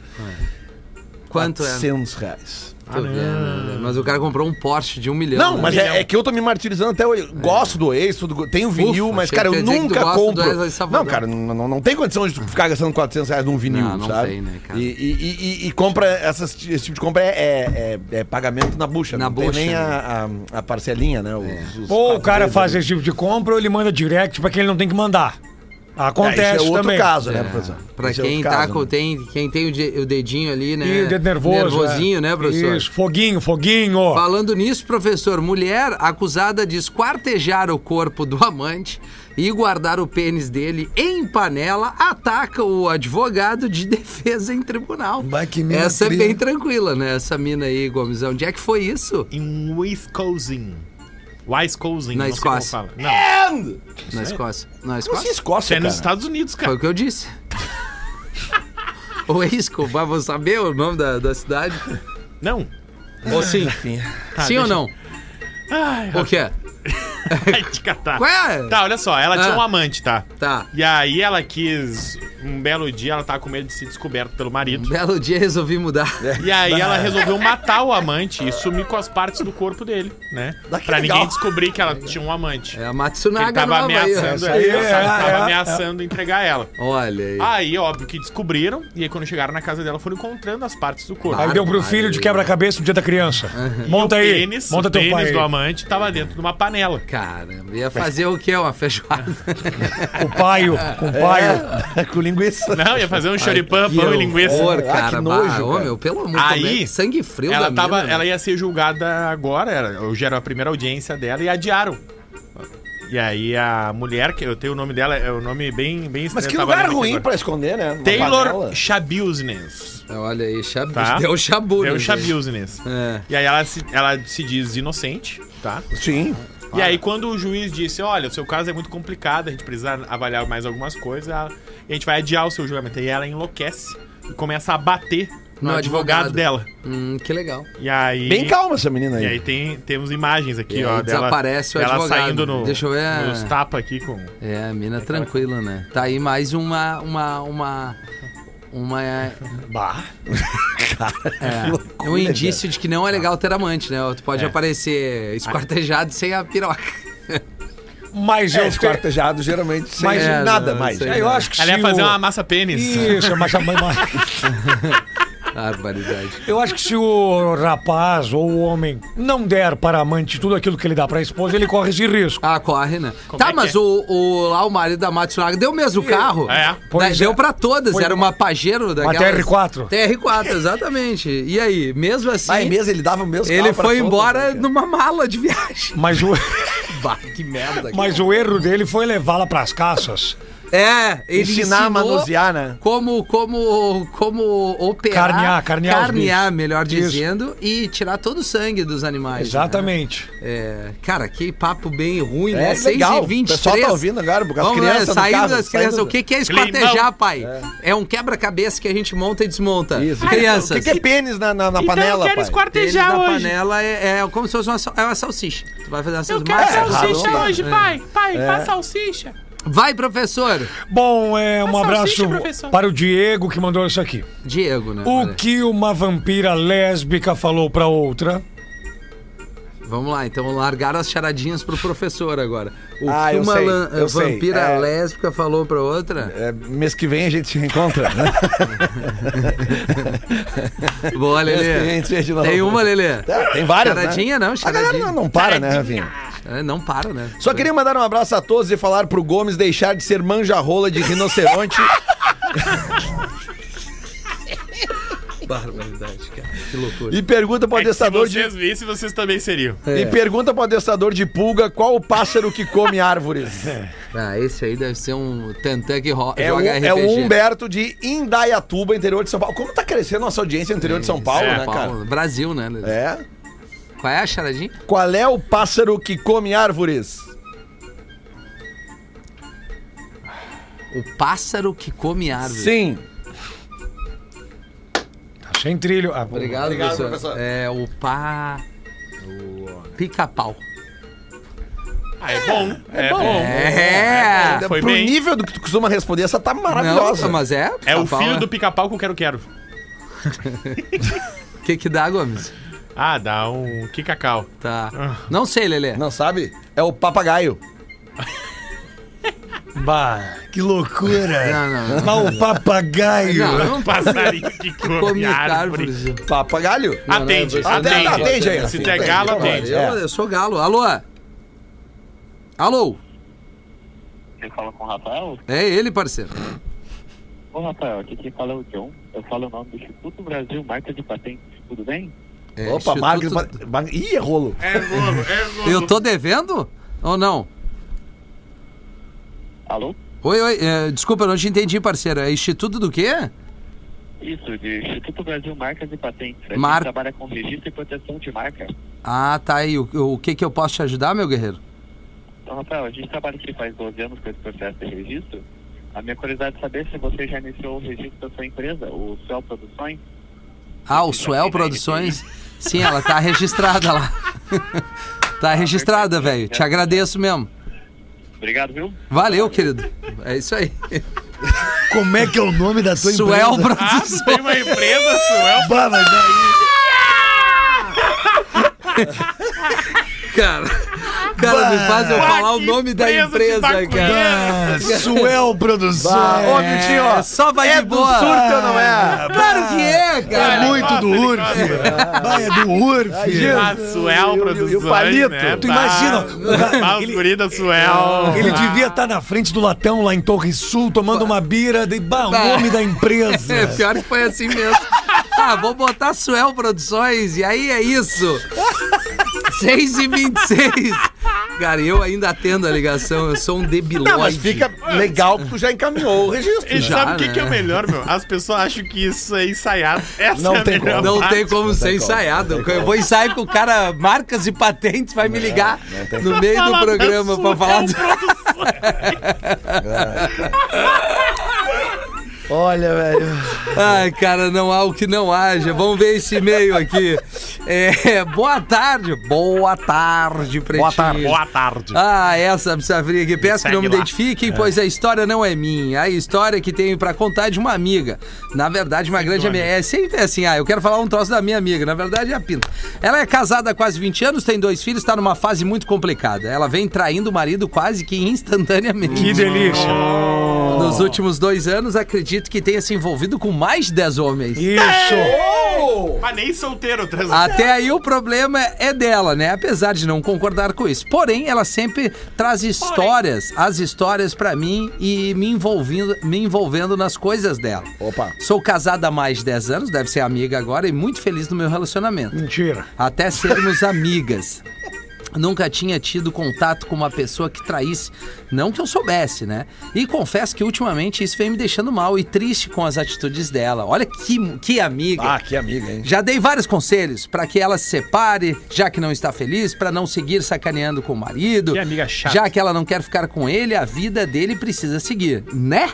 Speaker 2: Quanto é?
Speaker 3: 400 reais.
Speaker 2: Tô vendo, né? Mas o cara comprou um Porsche de um milhão.
Speaker 3: Não,
Speaker 2: né?
Speaker 3: mas é, é que eu tô me martirizando até hoje. Gosto do ex, tudo, go- tenho vinil,
Speaker 2: É. Ufa,
Speaker 3: mas,
Speaker 2: achei
Speaker 3: cara,
Speaker 2: que
Speaker 3: eu
Speaker 2: tu ia dizer que tu
Speaker 3: nunca
Speaker 2: gosta do
Speaker 3: compro.
Speaker 2: Wesley Safadão.
Speaker 3: Não, cara, não, não, não tem condição de tu ficar gastando 400 reais num vinil,
Speaker 2: Não, não
Speaker 3: sabe?
Speaker 2: tem, né, cara?
Speaker 3: E, e- e- e compra, essas, esse tipo de compra é, é- é- é pagamento na bucha.
Speaker 2: Na
Speaker 3: não
Speaker 2: bucha,
Speaker 3: tem nem
Speaker 2: né? É.
Speaker 3: a, a- a parcelinha, né? Os- os
Speaker 1: Ou o
Speaker 3: quatro
Speaker 1: cara
Speaker 3: vezes
Speaker 1: faz
Speaker 3: ali.
Speaker 1: esse tipo de compra ou ele manda direct pra quem ele não tem que mandar. Acontece
Speaker 3: É, isso é outro
Speaker 1: também.
Speaker 3: caso, né,
Speaker 2: É,
Speaker 3: professor?
Speaker 2: pra
Speaker 3: Isso é
Speaker 2: quem
Speaker 3: outro
Speaker 2: tá
Speaker 3: caso,
Speaker 2: com,
Speaker 3: né?
Speaker 2: tem, quem tem o, de- o dedinho ali, né?
Speaker 1: E dedo nervoso.
Speaker 2: Nervosinho,
Speaker 1: é.
Speaker 2: né, professor?
Speaker 1: Isso, foguinho, foguinho.
Speaker 2: Falando nisso, professor, mulher acusada de esquartejar o corpo do amante e guardar o pênis dele em panela ataca o advogado de defesa em tribunal.
Speaker 1: Bah, que mina
Speaker 2: Essa é
Speaker 1: tri-
Speaker 2: bem tranquila, né? Essa mina aí, Gomes. Onde é que foi isso?
Speaker 4: Em Wisconsin. Wisconsin,
Speaker 2: Na
Speaker 4: não sei como
Speaker 2: Escócia.
Speaker 4: fala. Não,
Speaker 2: Na Escócia. Na
Speaker 3: Como assim,
Speaker 2: Escócia?
Speaker 4: isso
Speaker 3: Escócia,
Speaker 4: é nos
Speaker 3: cara?
Speaker 4: Estados Unidos, cara.
Speaker 2: Foi o que eu disse. o Esco, mas vou saber o nome da, da cidade.
Speaker 4: Não.
Speaker 2: Ou sim?
Speaker 4: Tá,
Speaker 2: sim ou não?
Speaker 4: Ai,
Speaker 2: O quê?
Speaker 4: vai te catar.
Speaker 2: Qual é?
Speaker 4: Tá, olha só, ela tinha
Speaker 2: Ah.
Speaker 4: um amante, tá?
Speaker 2: Tá.
Speaker 4: E aí ela quis. Um belo dia ela tava com medo de ser descoberta pelo marido.
Speaker 2: Belo dia resolvi mudar.
Speaker 4: E aí ela resolveu matar o amante e sumir com as partes do corpo dele, né? pra ninguém descobrir que ela tinha um amante.
Speaker 2: É a
Speaker 4: Ele
Speaker 2: Matsunaga
Speaker 4: tava
Speaker 2: nova aí. né? ó.
Speaker 4: ameaçando,
Speaker 1: aí,
Speaker 4: ela,
Speaker 1: é,
Speaker 4: sabe? Ele
Speaker 1: é,
Speaker 4: tava
Speaker 1: é.
Speaker 4: ameaçando entregar ela.
Speaker 2: Olha aí.
Speaker 4: Aí, óbvio que descobriram, e aí quando chegaram na casa dela, foram encontrando as partes do corpo.
Speaker 1: Aí deu pro filho de quebra-cabeça no dia da criança. Monta
Speaker 4: o
Speaker 1: aí.
Speaker 4: pênis,
Speaker 1: monta
Speaker 4: o
Speaker 1: teu
Speaker 4: pênis
Speaker 1: pai.
Speaker 4: do
Speaker 1: aí.
Speaker 4: amante tava dentro de uma panela.
Speaker 2: Caramba, ia fazer o quê? Uma feijoada?
Speaker 1: Com o paio, com o paio.
Speaker 3: É, com linguiça.
Speaker 4: Não, ia fazer um choripã,
Speaker 2: Que
Speaker 4: pão e linguiça.
Speaker 2: horror,
Speaker 3: Ah,
Speaker 2: cara.
Speaker 3: que nojo,
Speaker 2: nojo, bah, ô,
Speaker 3: cara.
Speaker 2: meu, pelo amor
Speaker 4: Aí,
Speaker 2: de Deus. é Sangue frio
Speaker 4: ela,
Speaker 2: da
Speaker 4: tava,
Speaker 2: mina,
Speaker 4: ela
Speaker 2: meu.
Speaker 4: ia ser julgada agora, era- hoje era a primeira audiência dela e adiaram. E aí a mulher, que eu tenho o nome dela, é o nome bem, bem
Speaker 3: Mas
Speaker 4: estranho,
Speaker 3: que
Speaker 4: eu tava
Speaker 3: lugar
Speaker 4: lendo aqui
Speaker 3: ruim
Speaker 4: agora.
Speaker 3: pra esconder, né? Uma panela.
Speaker 4: Taylor Shabilsnes.
Speaker 2: Olha aí, chabu...
Speaker 4: Tá.
Speaker 2: deu chabu.
Speaker 4: É
Speaker 2: né,
Speaker 4: o
Speaker 2: gente?
Speaker 4: Shabilsnes.
Speaker 2: É.
Speaker 4: E aí ela se, ela se diz inocente, tá?
Speaker 3: Sim.
Speaker 4: E aí quando o juiz disse, olha, o seu caso é muito complicado, a gente precisa avaliar mais algumas coisas, ela- e a gente vai adiar o seu julgamento. E ela enlouquece e começa a bater no,
Speaker 2: No
Speaker 4: advogado,
Speaker 2: advogado.
Speaker 4: dela.
Speaker 2: Hum, que legal.
Speaker 4: E aí...
Speaker 3: Bem calma essa menina
Speaker 4: E
Speaker 3: aí.
Speaker 4: aí tem, temos imagens aqui,
Speaker 2: E
Speaker 4: ó.
Speaker 2: aí
Speaker 4: Dela,
Speaker 2: desaparece o
Speaker 4: dela
Speaker 2: advogado.
Speaker 4: saindo no,
Speaker 2: Deixa eu ver.
Speaker 4: nos tapa aqui com.
Speaker 2: É, a mina tranquila, né? Tá aí mais uma. Uma. Uma. uma é,
Speaker 3: Bah. É. né,
Speaker 2: um indício de que não é legal ter amante, né? Tu pode aparecer esquartejado sem a piroca.
Speaker 1: Mas
Speaker 3: É,
Speaker 1: eu, te...
Speaker 3: esquartejado geralmente sem
Speaker 1: Mas-
Speaker 2: É,
Speaker 3: nada
Speaker 2: não,
Speaker 3: mais.
Speaker 2: sei.
Speaker 1: É, eu acho que
Speaker 4: Ela ia
Speaker 1: se
Speaker 4: fazer
Speaker 1: o-
Speaker 4: uma massa pênis. É
Speaker 1: Isso, mas, mas- mas-
Speaker 2: Barbaridade.
Speaker 1: eu acho que se o rapaz ou o homem não der para a amante tudo aquilo que ele dá para a esposa, ele corre esse risco.
Speaker 2: Ah, corre, né?
Speaker 4: Como
Speaker 2: tá,
Speaker 4: é que
Speaker 2: mas
Speaker 4: é?
Speaker 2: o, o, lá o marido da Matsunaga deu mesmo o carro.
Speaker 4: É.
Speaker 2: Né,
Speaker 1: Pois
Speaker 2: Deu
Speaker 1: é.
Speaker 2: pra todas,
Speaker 1: Pois-
Speaker 2: era uma Pajero daquela.
Speaker 1: TR4.
Speaker 2: TR4, exatamente. E aí, mesmo assim,
Speaker 3: Mas mesmo ele dava o mesmo
Speaker 2: ele
Speaker 3: carro pra
Speaker 2: foi
Speaker 3: todos,
Speaker 2: embora
Speaker 3: né, cara?
Speaker 2: numa mala de viagem.
Speaker 1: Mas o,
Speaker 2: Bah, que merda. que-
Speaker 1: mas o erro dele foi levá-la para as caças.
Speaker 2: É, ele
Speaker 3: Ensinar a
Speaker 2: ensinou
Speaker 3: manusear, né?
Speaker 2: Como, como, como operar.
Speaker 1: Carnear, carnear os
Speaker 2: Carnear,
Speaker 1: bichos.
Speaker 2: melhor
Speaker 1: Isso.
Speaker 2: dizendo, e tirar todo o sangue dos animais.
Speaker 1: Exatamente.
Speaker 2: né? É, cara, que papo bem ruim,
Speaker 3: É,
Speaker 2: né?
Speaker 3: legal.
Speaker 2: 6 e 23
Speaker 3: O pessoal tá ouvindo agora, porque as
Speaker 2: Vamos
Speaker 3: crianças no
Speaker 2: lá, saindo
Speaker 3: carro,
Speaker 2: das crianças.
Speaker 3: saindo-
Speaker 2: O que, que é
Speaker 4: Climão.
Speaker 2: esquartejar, pai? É, um quebra-cabeça que a gente monta e desmonta.
Speaker 3: Isso.
Speaker 2: Crianças.
Speaker 3: O que, que é pênis na, na, na panela, pai?
Speaker 2: Pênis na
Speaker 4: Então esquartejar
Speaker 2: panela é, é como se fosse uma, sal- é uma salsicha. Tu vai fazer uma salsicha.
Speaker 3: salsicha
Speaker 2: Marcelo,
Speaker 3: hoje,
Speaker 2: é.
Speaker 4: pai. Pai,
Speaker 3: faz
Speaker 4: salsicha.
Speaker 2: Vai, professor.
Speaker 1: Bom, é um abraço
Speaker 4: salsicha, professor.
Speaker 1: para o Diego que mandou isso aqui.
Speaker 2: Diego, né?
Speaker 1: O
Speaker 2: Olha,
Speaker 1: que uma vampira lésbica falou pra outra?
Speaker 2: Vamos lá, então largar as charadinhas pro professor agora. O
Speaker 3: Ah,
Speaker 2: que
Speaker 3: eu
Speaker 2: uma
Speaker 3: sei,
Speaker 2: lan-
Speaker 3: eu sei.
Speaker 2: vampira
Speaker 3: É.
Speaker 2: lésbica falou pra outra?
Speaker 3: É, mês que vem a gente se né? reencontra.
Speaker 2: Boa, Lelê.
Speaker 3: Mês que vem, de novo.
Speaker 2: Tem uma, Lelê.
Speaker 3: É, tem várias.
Speaker 2: Charadinha
Speaker 3: né?
Speaker 2: não,
Speaker 3: A
Speaker 2: charadinha.
Speaker 3: galera não, não para, né, Rafinha?
Speaker 2: É, Não para, né?
Speaker 3: Só queria mandar um abraço a todos e falar pro Gomes deixar de ser manja-rola de rinoceronte.
Speaker 2: Barbaridade, cara. Que loucura.
Speaker 3: e pergunta pro
Speaker 4: É que se
Speaker 3: adestrador de.
Speaker 4: vocês vissem, vocês também seriam.
Speaker 2: É.
Speaker 3: E pergunta pro adestrador de pulga qual o pássaro que come árvores.
Speaker 2: Ah, esse aí deve ser um tantã que ro-
Speaker 3: É o,
Speaker 2: joga RPG.
Speaker 3: é o Humberto de Indaiatuba, interior de São Paulo. Como tá crescendo nossa audiência no interior de São Paulo,
Speaker 4: é,
Speaker 3: né, cara?
Speaker 2: Brasil, né? Lelê?
Speaker 3: É.
Speaker 2: Qual é a charadinha?
Speaker 3: Qual é o pássaro que come árvores?
Speaker 2: O pássaro que come árvore.
Speaker 3: Sim.
Speaker 1: Tá sem trilho. Ah, pô.
Speaker 2: Obrigado,
Speaker 3: Obrigado,
Speaker 2: professor.
Speaker 3: professor.
Speaker 2: É o pá. Pica-pau.
Speaker 4: Ah, é bom. É, bom.
Speaker 2: É!
Speaker 4: Foi
Speaker 3: Pro
Speaker 4: bem.
Speaker 3: nível do que tu costuma responder, essa tá maravilhosa.
Speaker 2: Não, mas é.
Speaker 4: É o
Speaker 2: pica-pau,
Speaker 4: filho
Speaker 2: né?
Speaker 4: do pica-pau que eu quero quero.
Speaker 2: O que que dá, Gomes?
Speaker 4: Ah, dá um que cacau.
Speaker 2: Tá. Não sei, Lelê.
Speaker 3: Ah. Não sabe? É o papagaio.
Speaker 1: Bah, que loucura.
Speaker 2: Não, não, não.
Speaker 1: Mas o papagaio.
Speaker 2: Não, não
Speaker 4: Um Passarinho que
Speaker 2: come
Speaker 4: come árvore.
Speaker 2: árvores.
Speaker 3: Papagalho?
Speaker 4: Atende,
Speaker 2: Não, não,
Speaker 3: não,
Speaker 4: atende.
Speaker 3: atende aí,
Speaker 4: Se
Speaker 3: atende.
Speaker 4: der galo,
Speaker 3: Por favor.
Speaker 4: atende.
Speaker 2: Eu, eu sou galo. Alô? Alô?
Speaker 5: Você fala com o Rafael?
Speaker 2: É ele, parceiro.
Speaker 5: Ô Rafael, aqui quem fala é o John. Eu falo o nome do Instituto Brasil, marca de patentes, tudo bem?
Speaker 2: É,
Speaker 3: Opa,
Speaker 2: Instituto-
Speaker 3: magro. mag- Ih, é rolo.
Speaker 4: É rolo, é rolo.
Speaker 2: Eu tô devendo? Ou não?
Speaker 5: Alô?
Speaker 2: Oi, oi. é, desculpa, eu não te entendi, parceiro. É Instituto do quê?
Speaker 5: Isso, de Instituto Brasil, marcas e patentes. A gente
Speaker 2: Mar-
Speaker 5: trabalha com registro e proteção de marca.
Speaker 2: Ah, tá aí. O, o que que eu posso te ajudar, meu guerreiro?
Speaker 5: Então, Rafael, a gente trabalha aqui faz 12 anos com esse processo de registro. A minha curiosidade é saber se você já iniciou o registro da sua empresa, o Cell Produções.
Speaker 2: Ah, o Suel Produções. Sim, ela tá registrada lá. tá registrada, velho. Te agradeço mesmo.
Speaker 5: Obrigado, viu?
Speaker 2: Valeu, querido. É isso aí.
Speaker 6: Como é que é o nome da tua
Speaker 2: Suel
Speaker 6: empresa?
Speaker 4: Ah,
Speaker 2: Produções.
Speaker 4: tu tem uma empresa, Suel?
Speaker 6: Bah, mas daí-
Speaker 3: Ah,
Speaker 2: Cara, cara me faz eu falar o
Speaker 4: que
Speaker 2: nome da
Speaker 4: empresa de
Speaker 2: empresa, cara.
Speaker 6: Ah, Suel Produções.
Speaker 3: Ô, Vitinho, ó.
Speaker 2: só vai
Speaker 3: é
Speaker 2: de
Speaker 3: do
Speaker 2: boa.
Speaker 3: surf ou não é?
Speaker 2: Claro que é,
Speaker 6: É
Speaker 2: cara.
Speaker 6: muito do
Speaker 4: Ele
Speaker 6: Urf.
Speaker 2: né?
Speaker 6: Bah, é do Urf.
Speaker 4: Ah, Suel Produções.
Speaker 3: e o palito?
Speaker 4: né?
Speaker 1: Tu
Speaker 4: Bah,
Speaker 1: imagina.
Speaker 4: bah, os guri da
Speaker 2: É,
Speaker 4: Suel.
Speaker 1: Ele
Speaker 4: Ah,
Speaker 1: devia estar na frente do latão lá em Torre Sul tomando uma bira. De, bah, o
Speaker 2: Bah.
Speaker 1: nome da
Speaker 2: É,
Speaker 1: empresa.
Speaker 2: pior que foi assim mesmo. Ah, vou botar Suel Produções, e aí é isso. 6 e 26 Cara, eu ainda atendo a ligação, eu sou um debilóide.
Speaker 3: Não, mas fica legal porque tu já encaminhou o registro.
Speaker 4: E
Speaker 2: Já,
Speaker 4: sabe o que,
Speaker 2: né?
Speaker 4: que é o melhor, meu? As pessoas acham que isso é ensaiado. Essa
Speaker 3: Não
Speaker 4: é a
Speaker 3: tem
Speaker 4: melhor
Speaker 2: Não
Speaker 4: parte.
Speaker 2: tem como ser ensaiado. Eu vou ensaiar com o cara, marcas e patentes, vai me ligar no meio do
Speaker 4: Falar da
Speaker 2: programa pra
Speaker 4: Suel
Speaker 2: falar do...
Speaker 3: Olha, velho.
Speaker 2: Ai, cara, não há o que não haja. Vamos ver esse e-mail aqui. É, boa tarde. Boa tarde, Pretinho. Boa tarde.
Speaker 4: Boa tarde.
Speaker 2: Ah, essa pizza fria aqui. Peço que não me
Speaker 4: Segue lá.
Speaker 2: identifiquem, pois a história não é minha. A história que tenho pra contar é de uma amiga. Na verdade, uma grande amiga. É sempre assim, ah, eu quero falar um troço da minha amiga. Na verdade, é a Pinta. Ela é casada há quase 20 anos, tem dois filhos, tá numa fase muito complicada. Ela vem traindo o marido quase que instantaneamente.
Speaker 1: Que delícia.
Speaker 2: Nos últimos dois anos, acredito que tenha se envolvido com mais de 10 homens.
Speaker 1: Isso.
Speaker 4: Mas nem solteiro, trans...
Speaker 2: Até aí o problema é dela, né? Apesar de não concordar com isso. Porém, ela sempre traz histórias, as histórias pra mim e me envolvendo, me envolvendo nas coisas dela.
Speaker 3: Opa.
Speaker 2: Sou casada há mais de 10 anos, deve ser amiga agora e muito feliz no meu relacionamento.
Speaker 1: Mentira.
Speaker 2: Até sermos amigas. Nunca tinha tido contato com uma pessoa que traísse, não que eu soubesse, né? E confesso que ultimamente isso vem me deixando mal e triste com as atitudes dela. Olha que, que amiga.
Speaker 3: Ah, que amiga, hein?
Speaker 2: Já dei vários conselhos pra que ela se separe, já que não está feliz, pra não seguir sacaneando com o marido.
Speaker 4: Que amiga chata.
Speaker 2: Já que ela não quer ficar com ele, a vida dele precisa seguir, né?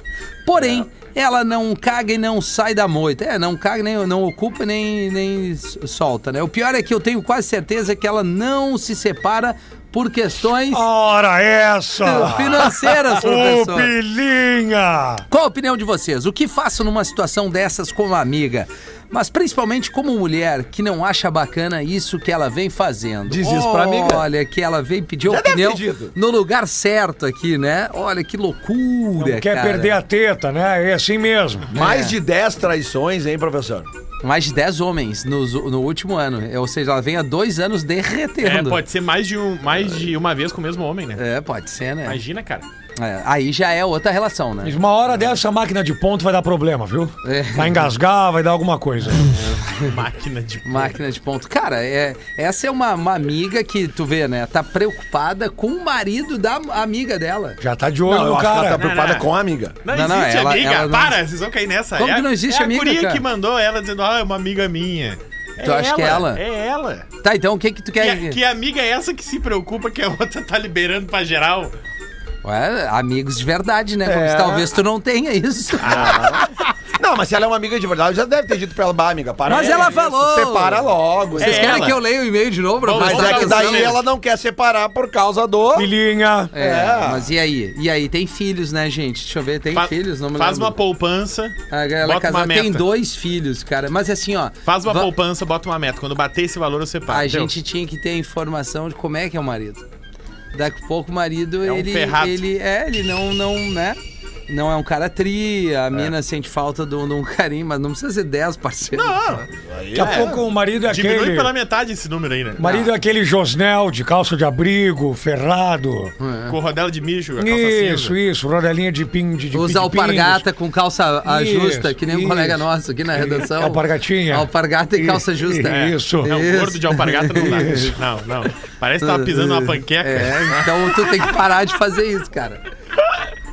Speaker 2: Porém,
Speaker 4: É.
Speaker 2: Ela não caga e não sai da moita. É, não caga, nem, não ocupa, nem, nem s- solta, né? O pior é que eu tenho quase certeza que ela não se separa por questões
Speaker 1: Ora
Speaker 4: Ah.
Speaker 1: essa!
Speaker 2: financeiras,
Speaker 1: Ô,
Speaker 2: professor.
Speaker 1: pilinha!
Speaker 2: Qual a opinião de vocês? O que faço numa situação dessas como amiga? Mas principalmente como mulher que não acha bacana isso que ela vem fazendo.
Speaker 3: Diz isso pra amiga.
Speaker 2: Olha, que ela vem pedir
Speaker 3: Já deve
Speaker 2: opinião
Speaker 3: ter dito.
Speaker 2: no lugar certo aqui, né? Olha, que
Speaker 1: Não
Speaker 2: loucura,
Speaker 1: quer
Speaker 2: cara.
Speaker 1: perder a teta, né? É assim mesmo.
Speaker 3: Mais de 10 traições, hein, professor?
Speaker 2: Mais de 10 homens nos- no, último ano. É, Ou seja, ela vem há dois anos
Speaker 4: É,
Speaker 2: derretendo.
Speaker 4: pode ser mais de, um, mais de uma vez com o mesmo homem, né?
Speaker 2: É, pode ser, né?
Speaker 4: Imagina, cara.
Speaker 2: É, aí já é outra relação, né?
Speaker 1: Mas uma hora dessa máquina de ponto vai dar problema, viu?
Speaker 2: É.
Speaker 1: Vai engasgar, vai dar alguma coisa.
Speaker 4: Máquina de.
Speaker 2: Máquina de ponto. Cara, é, essa é uma, uma amiga que, tu vê, né? Tá preocupada com o marido da amiga dela.
Speaker 1: Já tá de olho
Speaker 3: eu
Speaker 1: no
Speaker 3: acho que ela
Speaker 1: cara.
Speaker 3: tá preocupada
Speaker 4: não.
Speaker 3: com a amiga.
Speaker 4: Não,
Speaker 2: Não,
Speaker 4: existe
Speaker 2: não, ela-
Speaker 4: amiga.
Speaker 2: ela não-
Speaker 4: Para, vocês vão cair nessa.
Speaker 2: Como
Speaker 4: é, a-
Speaker 2: que não existe
Speaker 4: é
Speaker 2: amiga,
Speaker 4: a guria
Speaker 2: cara?
Speaker 4: que mandou ela dizendo, ah, é uma amiga minha. É
Speaker 2: Tu acha que é ela?
Speaker 4: É ela.
Speaker 2: Tá, então o que que tu quer?
Speaker 4: Que, que amiga é essa que se preocupa que a outra tá liberando pra geral? é-
Speaker 2: Ué, amigos de verdade, né? Gomes? Talvez tu não tenha isso.
Speaker 4: Ah,
Speaker 3: Não, mas se ela é uma amiga de verdade, já deve ter dito pra ela, bah, amiga, para.
Speaker 2: Mas
Speaker 3: com
Speaker 2: ela
Speaker 3: isso,
Speaker 2: falou.
Speaker 3: Separa logo.
Speaker 2: Vocês
Speaker 4: É
Speaker 2: querem
Speaker 4: ela.
Speaker 2: que eu leia o e-mail de novo?
Speaker 4: Vamos,
Speaker 2: rapaz?
Speaker 3: Mas é que
Speaker 4: Não,
Speaker 3: daí
Speaker 4: não.
Speaker 3: ela não quer separar por causa do.
Speaker 1: Pilinha.
Speaker 2: É,
Speaker 3: É.
Speaker 2: mas e aí? E aí, tem filhos, né, gente? Deixa eu ver, tem
Speaker 4: Fa-
Speaker 2: filhos? Não me
Speaker 4: faz uma
Speaker 2: lembro.
Speaker 4: poupança.
Speaker 2: Ah, Ela é
Speaker 4: bota uma
Speaker 2: casada,
Speaker 4: meta.
Speaker 2: tem dois filhos, cara. Mas assim, ó.
Speaker 4: Faz uma
Speaker 2: va-
Speaker 4: poupança, bota uma meta. Quando bater esse valor, você paga.
Speaker 2: A
Speaker 4: entendeu?
Speaker 2: gente tinha que ter informação de como é que é o marido. Daqui a pouco o marido,
Speaker 4: É um
Speaker 2: ele,
Speaker 4: ferrado.
Speaker 2: ele. É, ele não, não, né? Não é um cara tri,
Speaker 4: É.
Speaker 2: a mina sente falta de um de um carinho, mas não precisa ser 10 parceiros.
Speaker 4: Ah,
Speaker 1: Daqui a pouco o marido é
Speaker 4: diminui
Speaker 1: aquele.
Speaker 4: pela metade esse número aí, né?
Speaker 1: o Marido é aquele Josnel de calça de abrigo, ferrado.
Speaker 4: Com rodela de mijo, a calça
Speaker 1: Isso,
Speaker 4: cinza.
Speaker 1: isso, rodelinha de pin de, de
Speaker 2: Usa
Speaker 1: de pingos.
Speaker 2: alpargata com calça ah,
Speaker 1: Isso,
Speaker 2: justa, que nem um
Speaker 1: isso.
Speaker 2: colega nosso aqui na redação.
Speaker 1: Alpargatinha.
Speaker 2: Alpargata e calça justa.
Speaker 1: Isso.
Speaker 4: Não,
Speaker 2: Isso.
Speaker 4: gordo de alpargata não dá. Não, não. Parece que tava pisando uma panqueca.
Speaker 2: É, então tu tem que parar de fazer isso, cara.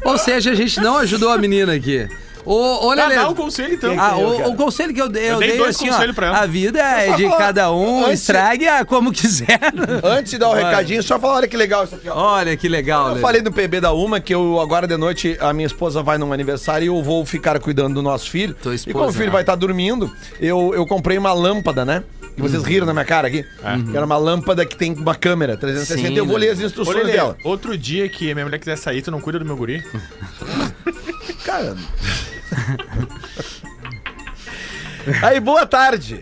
Speaker 2: Ou seja, a gente não ajudou a menina aqui. Ô, ô
Speaker 4: Dá, dá
Speaker 2: Lelê,
Speaker 4: o conselho, então.
Speaker 2: Ah, o, o conselho que eu dei, eu,
Speaker 4: dei
Speaker 2: dei
Speaker 4: dois
Speaker 2: assim,
Speaker 4: conselhos
Speaker 2: ó,
Speaker 4: pra ela.
Speaker 2: a vida é de
Speaker 3: falar,
Speaker 2: cada um,
Speaker 3: antes-
Speaker 2: estrague a como quiser.
Speaker 3: Antes de dar o recadinho, só falar, olha que legal isso aqui, ó.
Speaker 2: Olha que legal,
Speaker 3: Eu
Speaker 2: né?
Speaker 3: falei no PB da Uma que eu agora de noite a minha esposa vai num aniversário e eu vou ficar cuidando do nosso filho.
Speaker 2: Tua
Speaker 3: e
Speaker 2: esposa,
Speaker 3: como o filho
Speaker 2: né?
Speaker 3: vai estar dormindo, eu, eu comprei uma lâmpada, né? E vocês
Speaker 2: Uhum.
Speaker 3: riram na minha cara aqui. Que Era uma lâmpada que tem uma câmera 360.
Speaker 2: É. Sim,
Speaker 3: eu vou
Speaker 2: né?
Speaker 3: ler as
Speaker 4: Ô,
Speaker 3: instruções
Speaker 4: Lelê,
Speaker 3: dela.
Speaker 4: outro dia que minha mulher quiser sair, tu não cuida do meu guri?
Speaker 3: Cara. Aí, boa tarde.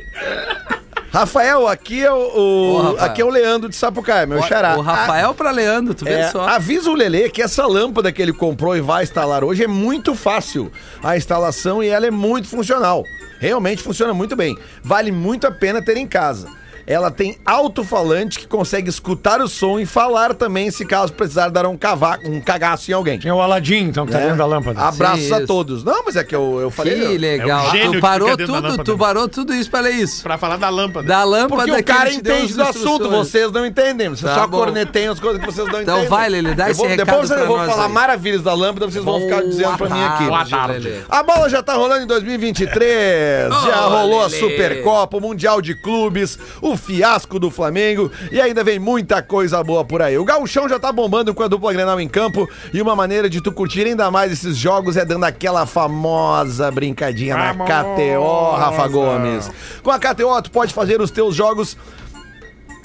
Speaker 3: Rafael, aqui é o, o-
Speaker 2: Ô, Rafael.
Speaker 3: aqui é o Leandro de Sapucaia, meu xará.
Speaker 2: O Rafael pra Leandro, tu vê
Speaker 3: É,
Speaker 2: só.
Speaker 3: avisa o Lelê que essa lâmpada que ele comprou e vai instalar hoje é muito fácil a instalação e ela é muito funcional. Realmente funciona muito bem. Vale muito a pena ter em casa. Ela tem alto-falante que consegue escutar o som e falar também se caso precisar dar um, cavaco, um cagaço em alguém.
Speaker 1: Tinha o Aladim, então, que tá
Speaker 3: É.
Speaker 1: dentro da lâmpada.
Speaker 3: Abraços
Speaker 2: Sim,
Speaker 3: a
Speaker 2: isso. é
Speaker 3: todos. Não, mas é que eu, eu falei.
Speaker 2: Que legal.
Speaker 4: É um
Speaker 2: Ah,
Speaker 4: gênio
Speaker 2: tu
Speaker 4: que
Speaker 2: parou
Speaker 4: fica dentro da
Speaker 2: tudo,
Speaker 4: lâmpada.
Speaker 2: tu parou tudo isso pra ler isso.
Speaker 4: Pra falar da lâmpada.
Speaker 2: Da lâmpada
Speaker 3: Porque o
Speaker 2: que ele
Speaker 3: cara
Speaker 2: te deu
Speaker 3: entende
Speaker 2: as
Speaker 3: do assunto,
Speaker 2: instruções.
Speaker 3: vocês não entendem. Vocês
Speaker 2: Tá
Speaker 3: só
Speaker 2: bom.
Speaker 3: corneteiam as coisas que vocês não
Speaker 2: Então
Speaker 3: entendem.
Speaker 2: vai, Lelê, dá
Speaker 3: Eu
Speaker 2: esse
Speaker 3: vou-
Speaker 2: recado
Speaker 3: Depois eu
Speaker 2: pra
Speaker 3: vou
Speaker 2: nós
Speaker 3: falar
Speaker 2: aí.
Speaker 3: maravilhas da lâmpada, vocês vão ficar dizendo pra mim aqui.
Speaker 2: Boa tarde,
Speaker 4: tarde.
Speaker 2: Lelê.
Speaker 3: A bola já tá rolando em 2023. já
Speaker 2: Ô,
Speaker 3: rolou a
Speaker 2: Lelê.
Speaker 3: Supercopa, o Mundial de Clubes, o fiasco do Flamengo e ainda vem muita coisa boa por aí. O gauchão já tá bombando com a dupla Grenal em campo e uma maneira de tu curtir ainda mais esses jogos é dando aquela famosa brincadinha na KTO, Rafa Gomes. Com a KTO tu pode fazer os teus jogos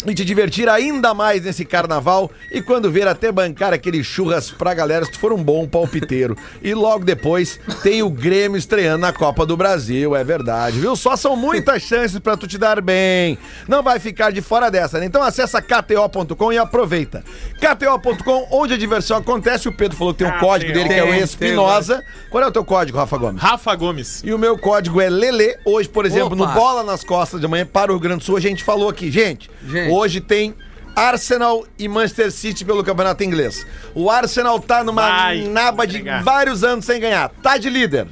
Speaker 3: e te divertir ainda mais nesse carnaval e quando ver até bancar aquele churras pra galera se tu for um bom palpiteiro. E logo depois tem o Grêmio estreando na Copa do Brasil, é verdade, viu? Só são muitas chances pra tu te dar bem. Não vai ficar de fora dessa, né? Então acessa kto.com e aproveita. kto.com, onde a diversão acontece, o Pedro falou que tem um código dele que é o
Speaker 2: Ah, Tem, tem,
Speaker 3: Espinosa. Qual é o teu código, Rafa Gomes?
Speaker 4: Rafa Gomes.
Speaker 3: E o meu código é Lele. Hoje, por exemplo,
Speaker 2: Opa.
Speaker 3: no Bola nas Costas de Amanhã para o Rio Grande do Sul, a gente falou aqui, gente,
Speaker 2: Gente.
Speaker 3: hoje tem Arsenal e Manchester City pelo Campeonato Inglês. O Arsenal tá numa
Speaker 4: Vai
Speaker 3: naba de
Speaker 4: entregar.
Speaker 3: vários anos sem ganhar. Tá de líder.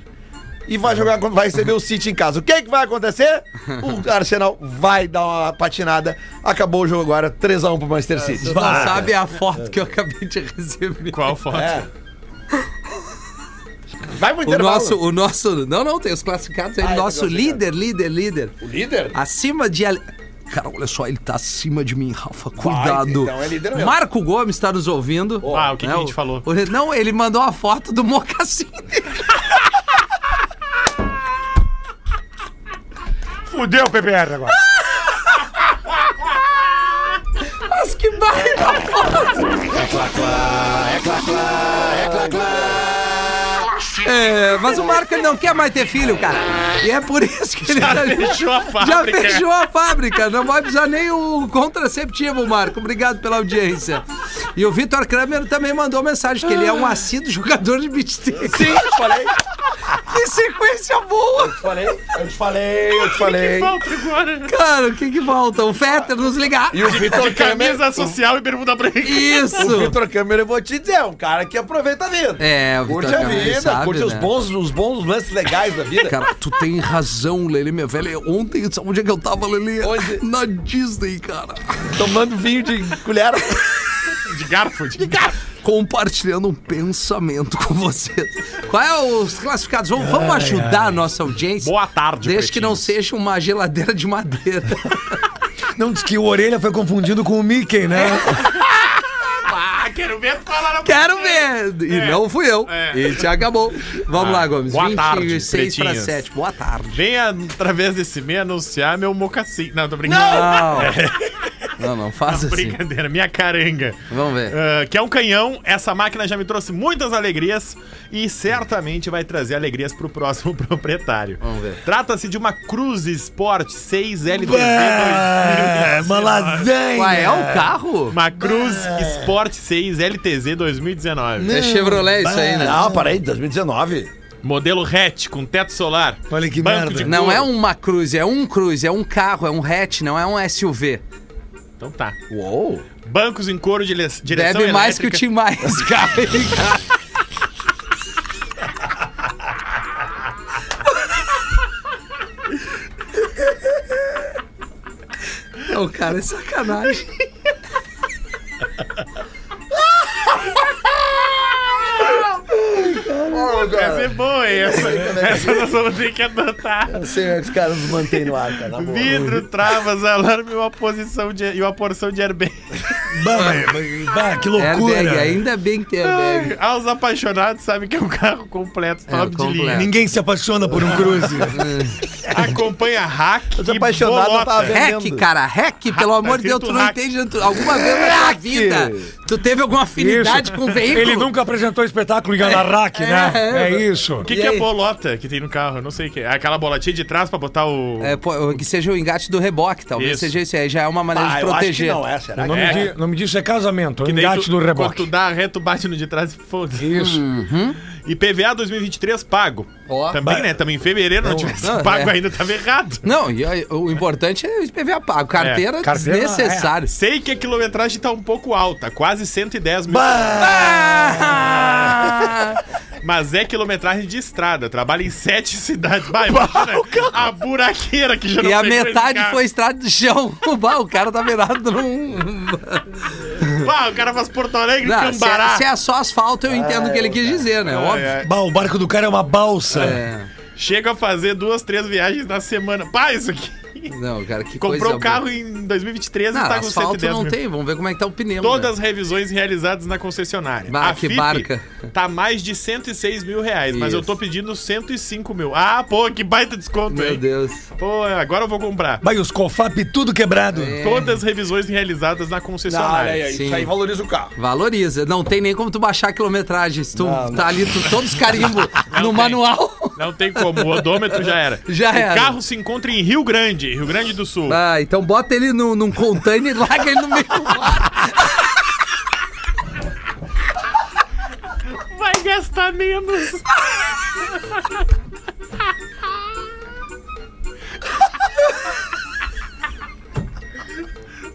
Speaker 3: E vai jogar, contra- vai receber o City em casa. O que é que vai acontecer? O Arsenal vai dar uma patinada. Acabou o jogo agora, 3x1 pro Manchester City.
Speaker 2: Tu É, não sabe a foto que eu acabei de receber.
Speaker 4: Qual foto?
Speaker 3: É. Vai pro
Speaker 2: O
Speaker 3: intervalo.
Speaker 2: nosso, o nosso. Não, não, tem os classificados aí.
Speaker 3: Ah, é,
Speaker 2: nosso
Speaker 3: tem os
Speaker 2: líder, líder, líder.
Speaker 3: líder?
Speaker 2: Acima de. Ale- Cara, olha só, ele tá acima de mim, Rafa. Cuidado.
Speaker 3: então é líder mesmo.
Speaker 2: Marco Gomes tá nos ouvindo.
Speaker 4: Ah, o que, que
Speaker 2: Né,
Speaker 4: a gente falou?
Speaker 2: o- Não, ele mandou uma foto do mocassim.
Speaker 1: Fudeu o PPR agora.
Speaker 2: Mas que baita foto! É, mas o Marco ele não quer mais ter filho, cara. E é por isso que ele tá-
Speaker 4: fechou a
Speaker 2: Já
Speaker 4: fábrica.
Speaker 2: fechou a fábrica. Não vai precisar nem o contraceptivo, Marco. Obrigado pela audiência. E o Vitor Kramer também mandou mensagem que ele é um assíduo jogador de beat tênis.
Speaker 3: Sim, eu te falei,
Speaker 2: Que sequência boa!
Speaker 3: falei, eu te falei, eu te falei.
Speaker 4: Falta agora.
Speaker 2: Cara, o que que falta? O Fetter nos ligar.
Speaker 3: E o Vitor Câmera.
Speaker 4: Camisa social e bermuda branca.
Speaker 3: O
Speaker 2: Isso!
Speaker 3: Vitor Câmera, eu vou te dizer, é um cara que aproveita a vida.
Speaker 2: É, o Vitor
Speaker 3: Curte a
Speaker 2: Kramer
Speaker 3: vida,
Speaker 2: sabe,
Speaker 3: curte os
Speaker 2: né?
Speaker 3: bons, os bons lances legais da vida.
Speaker 2: Cara, tu tem razão, Lelê, minha velha. Ontem, sabe onde é que eu tava, Lelê?
Speaker 3: Onde?
Speaker 2: Na Disney, cara.
Speaker 3: Tomando vinho de colher.
Speaker 4: De garfo. De garfo.
Speaker 2: Compartilhando um pensamento com vocês. Qual é os classificados? Vamos, vamos ajudar a nossa audiência.
Speaker 4: Boa tarde,
Speaker 2: Desde que não
Speaker 4: pretinhos.
Speaker 2: seja uma geladeira de madeira.
Speaker 1: Não, diz que o Orelha foi confundido com o Mickey, né?
Speaker 4: Ah, quero ver falar na
Speaker 2: Quero ver! E
Speaker 4: É.
Speaker 2: não fui eu.
Speaker 4: É. Ah,
Speaker 2: E te acabou. Vamos lá, Gomes.
Speaker 4: boa tarde,
Speaker 2: 26 para
Speaker 4: pretinhos.
Speaker 2: 7. Boa tarde.
Speaker 4: Venha através desse meio anunciar meu mocassim. Não, É. tô brincando.
Speaker 2: Não! Não, não, faz assim.
Speaker 4: Brincadeira, minha caranga.
Speaker 2: Vamos ver.
Speaker 4: Ah, que é um canhão, essa máquina já me trouxe muitas alegrias e certamente vai trazer alegrias pro próximo proprietário.
Speaker 2: Vamos ver.
Speaker 4: Trata-se de uma Cruz Sport 6LTV 2000.
Speaker 6: É, uma lasanha.
Speaker 2: Ué, é
Speaker 4: né?
Speaker 2: um carro?
Speaker 4: Uma Cruz Sport 6 LTZ 2019.
Speaker 2: É Chevrolet isso aí, né?
Speaker 3: Não, para aí, 2019.
Speaker 4: Modelo hatch com teto solar.
Speaker 6: Olha que merda.
Speaker 4: de
Speaker 2: Não
Speaker 4: couro.
Speaker 2: é uma cruz, é um cruz, é um carro, é um hatch, não é um SUV.
Speaker 4: Então tá.
Speaker 2: Uou!
Speaker 4: Bancos em couro de direção
Speaker 2: Deve mais que o Tim Mais, cara. Não, cara, é sacanagem.
Speaker 4: Essa é boa, hein? Essa,
Speaker 2: é
Speaker 4: essa nós vamos ter que adotar.
Speaker 3: os caras nos mantêm no ar,
Speaker 2: é
Speaker 3: cara. na boa.
Speaker 4: Vidro, travas, alarme e uma, posição de, e uma porção de airbag.
Speaker 6: Bah, bah, bah, que loucura.
Speaker 2: Airbag, ainda bem que tem airbag.
Speaker 4: Ah, os apaixonados sabem que é um carro completo,
Speaker 2: É,
Speaker 4: top de linha.
Speaker 2: completo.
Speaker 6: Ninguém se apaixona por um cruze.
Speaker 4: Acompanha hack
Speaker 3: tô
Speaker 4: e
Speaker 3: apaixonado,
Speaker 4: bolota.
Speaker 3: eu tava vendo.
Speaker 2: É. Hack, cara, hack, pelo amor de Deus, tu
Speaker 4: escrito
Speaker 2: não
Speaker 4: hack.
Speaker 2: entende. tu- Alguma vez na tua vida, tu teve alguma afinidade com o veículo?
Speaker 1: Ele nunca apresentou espetáculo em Anarraque, né?
Speaker 2: É,
Speaker 1: É,
Speaker 2: é.
Speaker 1: isso.
Speaker 4: O que,
Speaker 2: E
Speaker 4: que
Speaker 2: aí?
Speaker 4: é bolota que tem no carro? Eu Não sei o que. é. Aquela bolotinha de trás pra botar o...
Speaker 2: É, pô, que seja o engate do reboque, talvez
Speaker 4: Isso.
Speaker 2: seja isso aí. Já é uma maneira
Speaker 3: Ah,
Speaker 2: de
Speaker 3: eu acho que
Speaker 2: proteger.
Speaker 3: não é, será
Speaker 1: O
Speaker 3: que
Speaker 1: nome,
Speaker 4: É.
Speaker 1: di- o nome disso é casamento,
Speaker 4: Que daí
Speaker 1: engate
Speaker 4: tu-
Speaker 1: do
Speaker 4: Quando tu
Speaker 1: reboque.
Speaker 4: dá um reto, bate no de trás e foda-se.
Speaker 1: Isso.
Speaker 4: E PVA 2023 pago.
Speaker 2: Ó.
Speaker 4: Também, né? Também em fevereiro não tivesse
Speaker 2: não,
Speaker 4: pago
Speaker 2: é.
Speaker 4: ainda, tava errado.
Speaker 2: Não, e aí, o importante é o IPVA pago. Carteira,
Speaker 1: É, carteira,
Speaker 2: desnecessário.
Speaker 4: Sei que a quilometragem tá um pouco alta, quase 110 mil.
Speaker 2: Ah,
Speaker 4: Mas é quilometragem de estrada. Trabalha em sete cidades. Vai, imagina a buraqueira que já não
Speaker 2: e a
Speaker 4: pegou esse
Speaker 2: metade
Speaker 4: carro.
Speaker 2: foi estrada de chão. Bah, o cara tá virado num.
Speaker 4: Bah, o cara faz Porto Alegre e
Speaker 2: Não, se, é,
Speaker 4: Cambará.
Speaker 2: se é só asfalto, eu entendo o que ele quis
Speaker 4: É,
Speaker 2: dizer, né? Óbvio. É,
Speaker 4: Ai, ai.
Speaker 6: Bah, o barco do cara é uma balsa.
Speaker 4: Chega a fazer duas, três viagens na semana. Pá, isso aqui.
Speaker 2: Não, cara, que coisa.
Speaker 4: Comprou o
Speaker 2: boa.
Speaker 4: carro em 2023
Speaker 2: Não,
Speaker 4: e tá com
Speaker 2: asfalto
Speaker 4: 110
Speaker 2: não
Speaker 4: mil.
Speaker 2: tem. Vamos ver como é que tá o pneu.
Speaker 4: Todas as
Speaker 2: né?
Speaker 4: revisões realizadas na concessionária.
Speaker 2: Bah,
Speaker 4: a
Speaker 2: que
Speaker 4: FIP
Speaker 2: barca.
Speaker 4: tá mais de 106 mil reais, mas
Speaker 2: Isso.
Speaker 4: eu tô pedindo 105 mil. Ah, pô, que baita desconto,
Speaker 2: Meu
Speaker 4: hein?
Speaker 2: Deus.
Speaker 4: Pô, agora eu vou comprar.
Speaker 6: Bah, e os cofap tudo quebrado.
Speaker 4: Todas as revisões realizadas na concessionária.
Speaker 2: Sim.
Speaker 3: Isso aí valoriza o carro.
Speaker 2: Valoriza. Não tem nem como tu baixar a quilometragem. Se tu tá ali, tu, todos carimbos no
Speaker 4: tem.
Speaker 2: manual.
Speaker 4: Não tem como, o odômetro já era.
Speaker 2: Já
Speaker 4: o
Speaker 2: era.
Speaker 4: carro se encontra em Rio Grande, Rio Grande do Sul.
Speaker 2: Ah, então bota ele num, num container e larga ele no meio do mar.
Speaker 4: Vai gastar menos.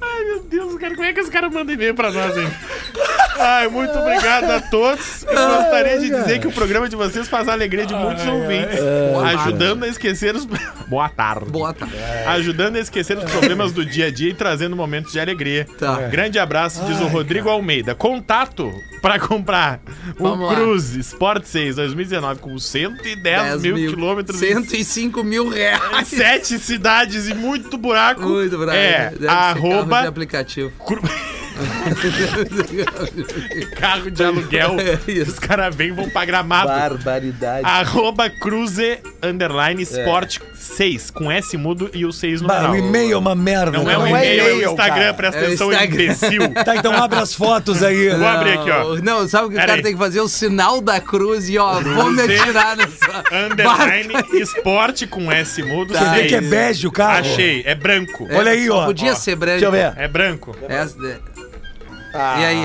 Speaker 4: Ai, meu Deus, cara, como é que os caras mandam e-mail pra nós, hein? Ai, muito obrigado a todos. Eu gostaria de dizer que o programa de vocês faz a alegria de muitos ouvintes, ajudando a esquecer os. Boa tarde.
Speaker 2: Bota.
Speaker 4: Ajudando a esquecer os problemas do dia a dia e trazendo momentos de alegria.
Speaker 2: Tá.
Speaker 4: Um Grande abraço, diz o Rodrigo Almeida. Contato pra comprar
Speaker 2: Vamos
Speaker 4: um
Speaker 2: lá.
Speaker 4: Cruze Sport 6 2019 com 110
Speaker 2: 10
Speaker 4: mil, quilômetros. em
Speaker 2: 105 mil reais.
Speaker 4: Sete cidades e muito buraco.
Speaker 2: Muito bravo.
Speaker 4: É,
Speaker 2: Deve ser carro de
Speaker 4: arroba
Speaker 2: aplicativo.
Speaker 4: cru- Carro de aluguel.
Speaker 2: É isso.
Speaker 4: Os caras vêm e vão pra gramado.
Speaker 2: Barbaridade.
Speaker 3: Ah,
Speaker 4: Arroba cruze
Speaker 2: É.
Speaker 4: underline sport 6, com S mudo e o 6 no
Speaker 6: Bah,
Speaker 4: final.
Speaker 6: o e-mail é uma merda.
Speaker 4: Não um é um
Speaker 6: cara.
Speaker 4: e-mail, é
Speaker 2: e-mail,
Speaker 4: o Instagram,
Speaker 2: cara.
Speaker 4: presta
Speaker 2: É o
Speaker 4: atenção,
Speaker 2: Instagram.
Speaker 4: imbecil.
Speaker 6: Tá, então abre as fotos aí.
Speaker 4: Vou abrir aqui, ó.
Speaker 2: Não, sabe o que o
Speaker 4: Pera
Speaker 2: cara
Speaker 4: aí.
Speaker 2: tem que fazer? O sinal da cruz e ó, vou me atirar nessa.
Speaker 4: Underline sport com S mudo
Speaker 2: Tá,
Speaker 6: Vê que é
Speaker 4: 6.
Speaker 6: bege o carro.
Speaker 4: Achei, é branco.
Speaker 2: É,
Speaker 6: Olha aí,
Speaker 2: só
Speaker 6: ó.
Speaker 2: Podia
Speaker 6: Ó,
Speaker 2: ser breve.
Speaker 6: Deixa eu ver.
Speaker 4: É branco.
Speaker 2: Essa- e aí?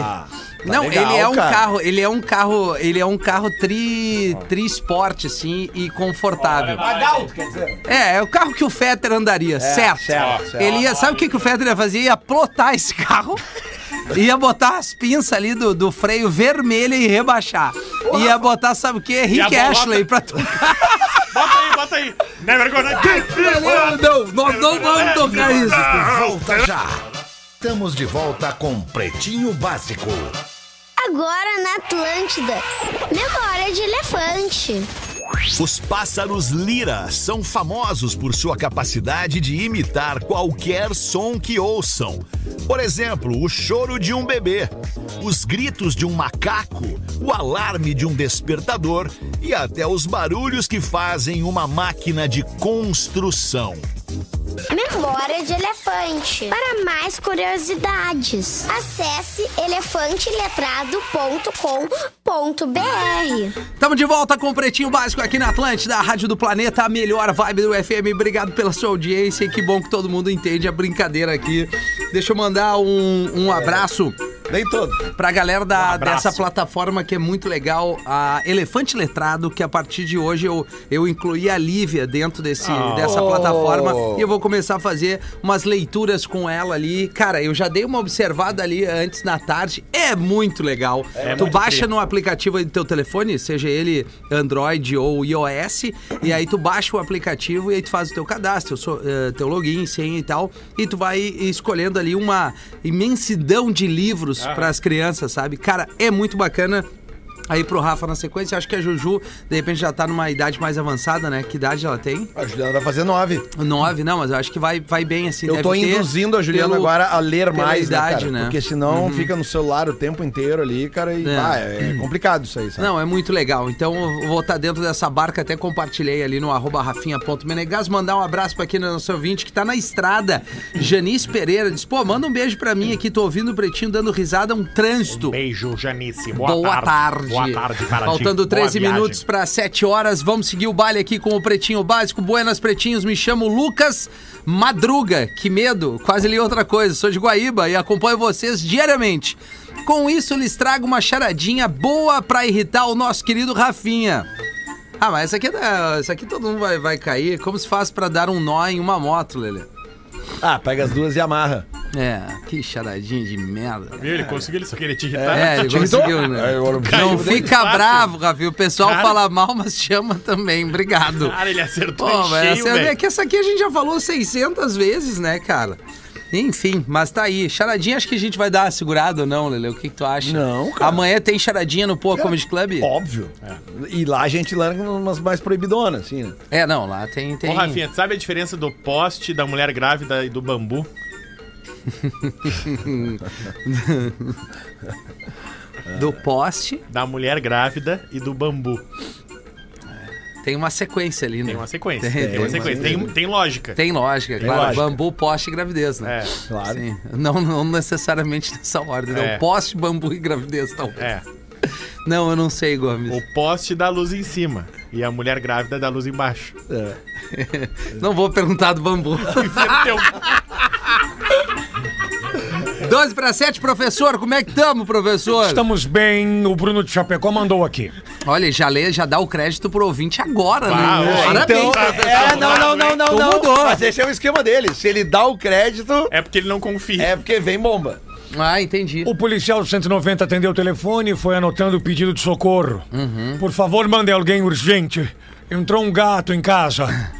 Speaker 2: não,
Speaker 3: Ah, tá legal,
Speaker 2: ele é um
Speaker 3: cara.
Speaker 2: carro, ele é um carro, ele é um carro tri, tri esporte assim e confortável.
Speaker 6: Adalto, quer dizer.
Speaker 2: É, é o carro que o Fetter andaria, certo?
Speaker 6: certo,
Speaker 2: Ó,
Speaker 6: certo.
Speaker 2: Ele ia, sabe o que, que o Fetter ia fazer? Ia plotar esse carro. Ia botar as pinças ali do, do freio vermelha e rebaixar. Ia botar, sabe o que? Rick
Speaker 4: bolota.
Speaker 2: Ashley pra tu.
Speaker 4: Bota aí, bota aí. Never gonna
Speaker 2: Não, não, nós não vamos tocar isso.
Speaker 7: Volta já. Estamos de volta com Pretinho Básico.
Speaker 8: Agora na Atlântida. Memória de elefante.
Speaker 7: Os pássaros lira são famosos por sua capacidade de imitar qualquer som que ouçam. Por exemplo, o choro de um bebê, os gritos de um macaco, o alarme de um despertador e até os barulhos que fazem uma máquina de construção.
Speaker 8: Memória de elefante. Para mais curiosidades, acesse elefanteletrado.com.br.
Speaker 2: Tamo de volta com o Pretinho Básico aqui na Atlântida, a Rádio do Planeta, a melhor vibe do FM. Obrigado pela sua audiência e que bom que todo mundo entende a brincadeira aqui. Deixa eu mandar um, um abraço.
Speaker 3: Nem todo.
Speaker 2: pra galera da,
Speaker 4: abraço.
Speaker 2: dessa plataforma que é muito legal, a Elefante Letrado, que a partir de hoje eu, eu incluí a Lívia dentro desse, dessa plataforma e eu vou começar a fazer umas leituras com ela ali. Cara, eu já dei uma observada ali antes na tarde, é muito legal. tu
Speaker 4: muito
Speaker 2: baixa
Speaker 4: tri.
Speaker 2: no aplicativo aí do teu telefone, seja ele Android ou iOS, e aí tu baixa o aplicativo e aí tu faz o teu cadastro, o seu, eh, teu login, senha e tal, e tu vai escolhendo ali uma imensidão de livros pras para as crianças, sabe? Cara, é muito bacana. Aí pro Rafa na sequência, acho que a Juju, de repente, já tá numa idade mais avançada, né? Que idade ela tem?
Speaker 3: A Juliana vai fazer nove.
Speaker 2: Nove, não, mas eu acho que vai, vai bem assim.
Speaker 3: Eu
Speaker 2: deve
Speaker 3: tô
Speaker 2: ter
Speaker 3: induzindo a Juliana
Speaker 2: pelo-
Speaker 3: agora a ler
Speaker 2: pela
Speaker 3: mais,
Speaker 2: idade,
Speaker 3: né, cara?
Speaker 2: né?
Speaker 3: Porque senão fica no celular o tempo inteiro ali, cara, e
Speaker 2: É.
Speaker 3: ah, é complicado isso aí, sabe?
Speaker 2: Não, é muito legal. Então eu vou estar dentro dessa barca, até compartilhei ali no arroba rafinha.menegas, mandar um abraço para aqui no nosso ouvinte que tá na estrada. Janice Pereira diz, pô, manda um beijo para mim aqui, tô ouvindo o Pretinho dando risada, um trânsito.
Speaker 4: Beijo, Janice. Boa,
Speaker 2: Boa tarde.
Speaker 4: Boa tarde, Paraty.
Speaker 2: Faltando
Speaker 4: Boa
Speaker 2: 13
Speaker 4: viagem.
Speaker 2: minutos para 7 horas. Vamos seguir o baile aqui com o Pretinho Básico. Buenas Pretinhos, me chamo Lucas Madruga. Que medo, quase li outra coisa. Sou de Guaíba e acompanho vocês diariamente. Com isso, lhes trago uma charadinha boa para irritar o nosso querido Rafinha. Ah, mas essa aqui, é da- essa aqui todo mundo vai, vai cair. Como se faz para dar um nó em uma moto, Lelê?
Speaker 3: Ah, pega as duas e amarra.
Speaker 2: É, que charadinha de merda.
Speaker 4: Viu? Ele conseguiu, ele só queria Tá, te irritar.
Speaker 2: É, ele conseguiu, né? Não fica
Speaker 4: é fácil.
Speaker 2: bravo, Rafi. O pessoal
Speaker 4: Cara.
Speaker 2: fala mal, mas chama também. Obrigado.
Speaker 4: Cara, ele acertou
Speaker 2: Pô,
Speaker 4: em
Speaker 2: mas
Speaker 4: cheio,
Speaker 2: essa, é
Speaker 4: velho.
Speaker 2: que essa aqui a gente já falou 600 vezes, né, cara? Enfim, mas tá aí. Charadinha, acho que a gente vai dar uma segurada ou não, Lele? O que, que tu acha?
Speaker 3: Não, cara.
Speaker 2: Amanhã tem charadinha no
Speaker 4: É.
Speaker 2: Poa Comedy Club?
Speaker 3: Óbvio. E lá a gente larga umas mais proibidonas, assim, né?
Speaker 2: É, não, lá tem. tem...
Speaker 4: Ô, Rafinha, tu sabe a diferença do poste, da mulher grávida e do bambu?
Speaker 2: Do poste,
Speaker 4: Da mulher grávida e do bambu.
Speaker 2: tem uma sequência ali, né?
Speaker 4: Tem uma sequência.
Speaker 2: Tem,
Speaker 4: Tem,
Speaker 2: tem
Speaker 4: uma sequência. Tem, um, tem lógica.
Speaker 2: Tem lógica, claro.
Speaker 3: lógica.
Speaker 2: Bambu, poste e gravidez, né?
Speaker 4: É,
Speaker 3: Claro.
Speaker 2: Sim. Não, não necessariamente nessa ordem,
Speaker 4: É.
Speaker 2: não. Poste, bambu e gravidez, talvez.
Speaker 4: é.
Speaker 2: Não, eu não sei, Gomes.
Speaker 4: O poste dá luz em cima e a mulher grávida dá luz embaixo.
Speaker 2: Não vou perguntar do bambu. 12 para 7, professor, como é que estamos, professor?
Speaker 1: Estamos bem, o Bruno de Chapecó mandou aqui.
Speaker 2: Olha, já lê, já dá o crédito pro ouvinte agora,
Speaker 4: Ah,
Speaker 2: né?
Speaker 4: é,
Speaker 2: Parabéns.
Speaker 4: então-
Speaker 2: professor.
Speaker 3: É, não, não, não, não, não.
Speaker 2: mudou.
Speaker 3: Mas esse é o esquema dele. Se ele dá o crédito,
Speaker 4: É porque ele não confia.
Speaker 3: é porque vem bomba.
Speaker 2: Ah, entendi.
Speaker 1: O policial do 190 atendeu o telefone e foi anotando o pedido de socorro. Por favor, mande alguém urgente. Entrou um gato em casa.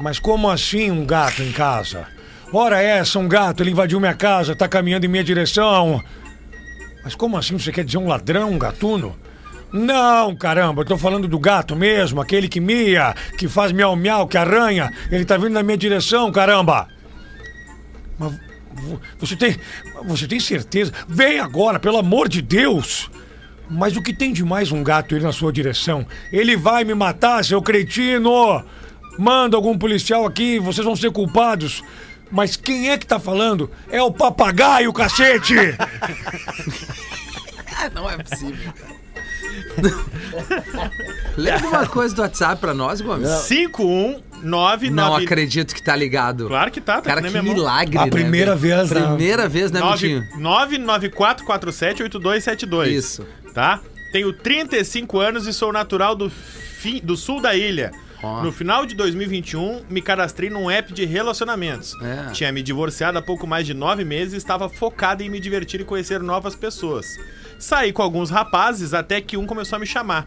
Speaker 1: Mas como assim um gato em casa? Ora essa, um gato, ele invadiu minha casa, tá caminhando em minha direção. Mas como assim você quer dizer um ladrão, um gatuno? Não, caramba, eu tô falando do gato mesmo, aquele que mia, que faz miau-miau, que arranha. Ele tá vindo na minha direção, caramba. Mas, vo- Você tem. Você tem certeza? Vem agora, pelo amor de Deus! Mas o que tem de mais um gato ir na sua direção? Ele vai me matar, seu cretino! Manda algum policial aqui, vocês vão ser culpados. Mas quem é que tá falando? É o papagaio, cacete!
Speaker 2: Ah, não é possível. Lembra alguma coisa do WhatsApp pra nós, Gomes? Não,
Speaker 4: 519
Speaker 2: acredito que tá ligado.
Speaker 4: Claro que tá, tá
Speaker 2: Cara,
Speaker 4: aqui na
Speaker 2: que
Speaker 4: minha mão.
Speaker 2: milagre,
Speaker 1: A
Speaker 2: né,
Speaker 1: primeira
Speaker 2: velho?
Speaker 1: vez, né?
Speaker 2: Primeira vez, né, Mutinho?
Speaker 4: 994478272.
Speaker 2: Isso.
Speaker 4: Tá? Tenho 35 anos e sou natural do, fi- do sul da ilha.
Speaker 2: Ó.
Speaker 4: No final de 2021, me cadastrei num app de relacionamentos.
Speaker 2: É.
Speaker 4: Tinha me divorciado há pouco mais de nove meses e estava focado em me divertir e conhecer novas pessoas. Saí com alguns rapazes até que um começou a me chamar.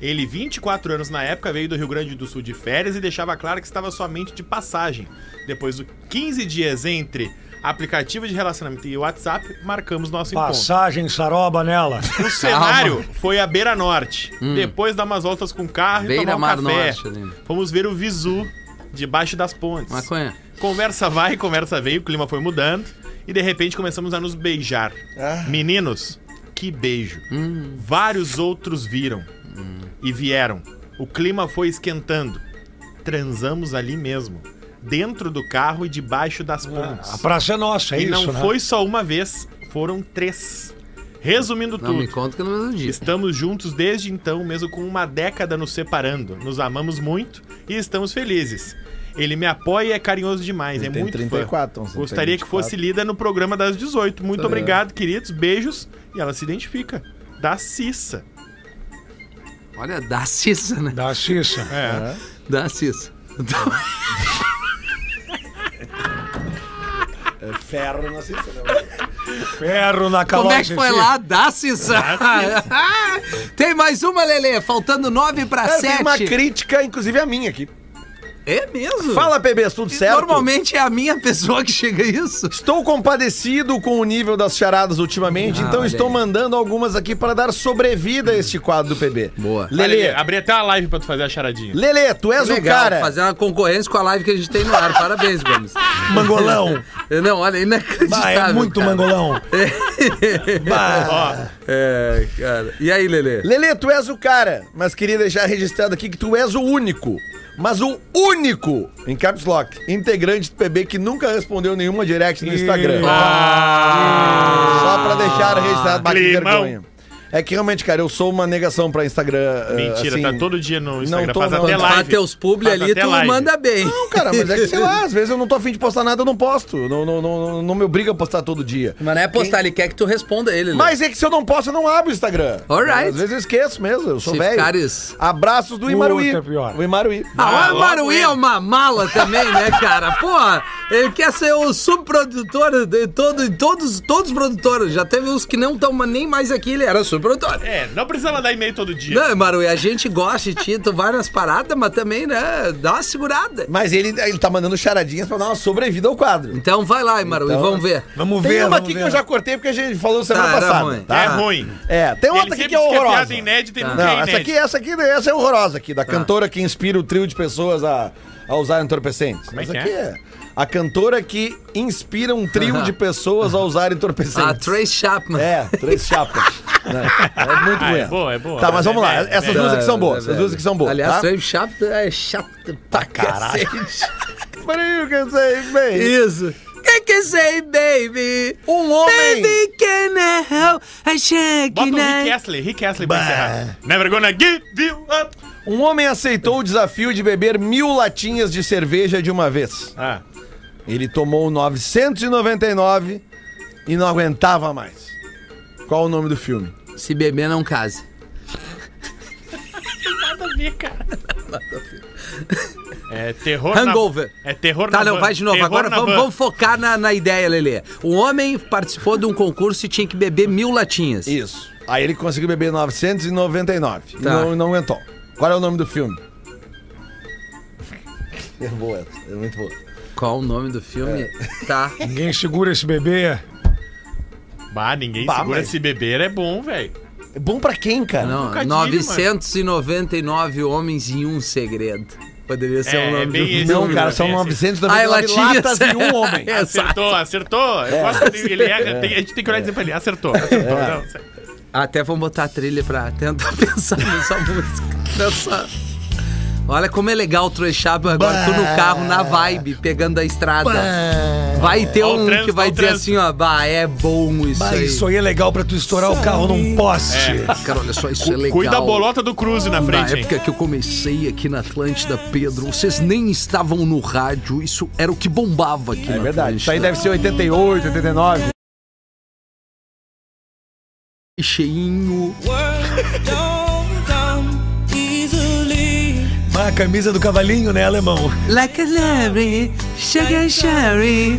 Speaker 4: Ele, 24 anos na época, veio do Rio Grande do Sul de férias e deixava claro que estava somente de passagem. Depois de 15 dias entre aplicativo de relacionamento e WhatsApp, marcamos nosso encontro.
Speaker 1: Passagem saroba nela.
Speaker 4: O cenário foi a Beira Norte. Depois dar umas voltas com o carro e tomar um
Speaker 2: Beira-mar
Speaker 4: café.
Speaker 2: Hum. norte, ali. né?
Speaker 4: Fomos ver o Visu debaixo das pontes.
Speaker 2: Maconha.
Speaker 4: Conversa vai, conversa vem, o clima foi mudando e de repente começamos a nos beijar.
Speaker 1: Ah.
Speaker 4: Meninos, que beijo.
Speaker 2: Hum.
Speaker 4: Vários outros viram e vieram. O clima foi esquentando. Transamos ali mesmo, dentro do carro e debaixo das
Speaker 1: A
Speaker 4: pontes.
Speaker 1: praça é nossa, é
Speaker 4: e
Speaker 1: isso,
Speaker 4: não
Speaker 1: né?
Speaker 4: foi só uma vez, foram três. Resumindo
Speaker 2: Não, me
Speaker 4: tudo,
Speaker 2: conta que eu não mesmo dia.
Speaker 4: Estamos juntos desde então, mesmo com uma década nos separando. Nos amamos muito e estamos felizes. Ele me apoia e é carinhoso demais,
Speaker 3: Ele
Speaker 4: é
Speaker 3: tem
Speaker 4: muito
Speaker 3: 34,
Speaker 4: fã.
Speaker 3: então você
Speaker 4: Gostaria
Speaker 3: tem
Speaker 4: que fosse lida no programa das 18. Muito
Speaker 3: Tá.
Speaker 4: obrigado, queridos. Beijos. E ela se identifica. Da Cissa.
Speaker 2: Olha, dá cissa, né?
Speaker 1: Da Cissa.
Speaker 4: É.
Speaker 2: Dá cissa.
Speaker 6: Ferro na cista, né?
Speaker 1: Ferro na calote.
Speaker 2: Como é que foi
Speaker 1: sim.
Speaker 2: lá? Dá cissa. Tem mais uma, Lelê. Faltando nove pra
Speaker 3: Cara, tem
Speaker 2: sete.
Speaker 3: uma crítica, inclusive a minha aqui.
Speaker 2: É mesmo?
Speaker 3: Fala, PB, tudo
Speaker 2: E
Speaker 3: certo?
Speaker 2: Normalmente é a minha pessoa que chega a isso.
Speaker 3: Estou compadecido com o nível das charadas ultimamente,
Speaker 2: Ah,
Speaker 3: então
Speaker 2: olha
Speaker 3: estou
Speaker 2: aí.
Speaker 3: mandando algumas aqui para dar sobrevida a este quadro do PB.
Speaker 2: Boa.
Speaker 3: Lelê,
Speaker 4: Olha, abri até a live pra tu fazer a charadinha.
Speaker 3: Lelê, tu és o
Speaker 2: Legal,
Speaker 3: cara.
Speaker 2: fazer uma concorrência com a live que a gente tem no ar. Parabéns, Gomes.
Speaker 6: Mangolão.
Speaker 2: Não, olha, inacreditável.
Speaker 6: Bah, é muito
Speaker 2: cara.
Speaker 6: mangolão.
Speaker 3: Ah.
Speaker 6: Bah.
Speaker 2: É, cara. E aí, Lelê?
Speaker 3: Lelê, tu és o cara, mas queria deixar registrado aqui que tu és o único, mas o único, em caps lock, integrante do PB que nunca respondeu nenhuma direct no Instagram.
Speaker 2: Ah,
Speaker 3: Só pra deixar registrado, bah, que
Speaker 4: ah, Climão.
Speaker 3: vergonha. É que realmente, cara, eu sou uma negação pra Instagram. eh,
Speaker 4: Mentira,
Speaker 3: assim,
Speaker 4: tá todo dia no Instagram.
Speaker 3: tô,
Speaker 4: faz
Speaker 3: não.
Speaker 4: até
Speaker 3: Quando
Speaker 4: live.
Speaker 2: Faz teus publi
Speaker 4: Faz
Speaker 2: ali,
Speaker 4: até
Speaker 2: tu
Speaker 4: live.
Speaker 2: manda bem.
Speaker 3: Não, cara, mas é que sei lá, às vezes eu não tô afim de postar nada, eu não posto. Não, não, não, não me obriga a postar todo dia.
Speaker 2: Mas não é postar, ele quer que tu responda ele, Lelê.
Speaker 3: Mas é que se eu não posto, eu não abro o Instagram.
Speaker 2: Alright.
Speaker 3: Às vezes eu esqueço mesmo, eu sou
Speaker 2: Se
Speaker 3: velho.
Speaker 2: ficares-
Speaker 3: Abraços do Imaruí.
Speaker 1: Puta, pior.
Speaker 3: O Imaruí.
Speaker 2: Ah, o
Speaker 4: logo
Speaker 2: Maruí
Speaker 4: ele.
Speaker 2: é uma mala também, né, cara? Porra, ele quer ser o subprodutor de todo, de todos, todos os produtores. Já teve uns que não estão nem mais aqui, ele era subprodutor.
Speaker 4: É, não precisa mandar e-mail todo dia. É
Speaker 2: Não, Maruí, a gente gosta de ti, tu vai nas paradas, mas também, né, dá uma segurada.
Speaker 3: Mas ele, ele tá mandando charadinhas pra dar uma sobrevida ao quadro.
Speaker 2: Então vai lá, Maruí,
Speaker 3: Então-
Speaker 2: vamos ver.
Speaker 1: Vamos
Speaker 3: Tem
Speaker 1: ver,
Speaker 3: uma
Speaker 1: vamos
Speaker 3: aqui
Speaker 1: ver.
Speaker 3: que eu já cortei porque a gente falou semana
Speaker 2: Tá, era
Speaker 3: passada.
Speaker 2: ruim.
Speaker 3: Tá?
Speaker 4: É ruim.
Speaker 3: É, tem outra aqui que é horrorosa. Tá.
Speaker 4: piada inédita e nunca
Speaker 3: Não,
Speaker 4: é
Speaker 3: essa
Speaker 4: inédita.
Speaker 3: aqui, essa aqui, essa é horrorosa aqui,
Speaker 4: Ah.
Speaker 3: da cantora que inspira o trio de pessoas a, a usar entorpecentes.
Speaker 4: é
Speaker 3: essa
Speaker 4: que
Speaker 3: aqui é? a cantora que inspira um trio de pessoas a usar entorpecentes.
Speaker 4: Ah,
Speaker 2: A Trace Chapman.
Speaker 3: É, três chapas. né? É muito
Speaker 4: Ah,
Speaker 3: ruim.
Speaker 4: é boa, é boa.
Speaker 3: Tá, mas vamos lá.
Speaker 4: É, é,
Speaker 3: Essas
Speaker 4: é.
Speaker 3: duas aqui são
Speaker 2: É,
Speaker 3: boas. Essas duas aqui são boas.
Speaker 2: Aliás,
Speaker 3: tá?
Speaker 2: Trace Chapman é chato pra caralho.
Speaker 3: Peraí, que eu sei, bem.
Speaker 2: Isso. Que que say, baby?
Speaker 3: Um homem.
Speaker 2: Baby, can I help? I shake
Speaker 4: Bota o Rick
Speaker 2: night.
Speaker 4: Astley, Rick Astley pra encerrar. Never gonna give you up.
Speaker 3: Um homem aceitou o desafio de beber mil latinhas de cerveja de uma vez.
Speaker 4: Ah,
Speaker 3: Ele tomou 999 e não aguentava mais. Qual o nome do filme?
Speaker 2: Se beber, não case.
Speaker 4: nada a ver, cara. É terror
Speaker 2: Hangover.
Speaker 4: na... É terror
Speaker 2: Tá,
Speaker 4: na
Speaker 2: não,
Speaker 4: van.
Speaker 2: vai de novo.
Speaker 4: Terror
Speaker 2: Agora
Speaker 4: na
Speaker 2: vamos,
Speaker 4: van.
Speaker 2: vamos focar na, na ideia, Lelê. Um homem participou de um concurso e tinha que beber mil latinhas.
Speaker 3: Isso. Aí ele conseguiu beber 999 e
Speaker 2: Tá.
Speaker 3: não, não aguentou. Qual é o nome do filme? É boa essa, é muito boa.
Speaker 2: Qual o nome do filme?
Speaker 3: É.
Speaker 2: Tá.
Speaker 4: É
Speaker 1: Ninguém segura esse bebê.
Speaker 4: Bah, ninguém
Speaker 3: Bah,
Speaker 4: segura
Speaker 3: mas-
Speaker 4: esse beber, é bom, velho. um
Speaker 3: É bom pra quem, cara?
Speaker 2: Não,
Speaker 4: Trocadilho,
Speaker 2: 999 homens em um segredo. Poderia ser
Speaker 4: É,
Speaker 2: um
Speaker 4: é
Speaker 2: nome
Speaker 4: bem
Speaker 2: de
Speaker 4: esse
Speaker 2: um
Speaker 3: Não,
Speaker 4: o
Speaker 2: filme.
Speaker 4: filme.
Speaker 3: cara, são
Speaker 4: esse.
Speaker 3: 999
Speaker 2: Ah, latinhas.
Speaker 3: latas e um homem.
Speaker 2: Exato.
Speaker 4: Acertou, acertou.
Speaker 3: É.
Speaker 4: Eu gosto dele, ele erra. tem- a gente tem que olhar e dizer pra ele, acertou, acertou. Não, sério.
Speaker 2: Até vou botar a trilha pra tentar pensar nessa música. Nessa... Olha como é legal o Troechaba agora, tu no carro, na vibe, pegando a estrada. Vai ter
Speaker 4: Ó o
Speaker 2: um
Speaker 4: trânsito,
Speaker 2: que vai
Speaker 4: ó o
Speaker 2: dizer
Speaker 4: trânsito.
Speaker 2: assim, ó, bah, é bom isso
Speaker 1: Bah,
Speaker 2: aí.
Speaker 1: isso aí é legal pra tu estourar o carro num poste.
Speaker 2: Cara, olha só, isso é legal.
Speaker 4: Cuida a bolota do Cruze na
Speaker 2: Na
Speaker 4: frente, hein?
Speaker 2: época que eu comecei aqui na Atlântida, Pedro, vocês nem estavam no rádio, isso era o que bombava aqui
Speaker 3: É
Speaker 2: na
Speaker 3: verdade. Isso aí
Speaker 2: Atlântida.
Speaker 3: deve ser 88, 89.
Speaker 2: Cheinho.
Speaker 1: Ah, a camisa do cavalinho, né, alemão?
Speaker 2: Like a Larry, Sugar Sherry.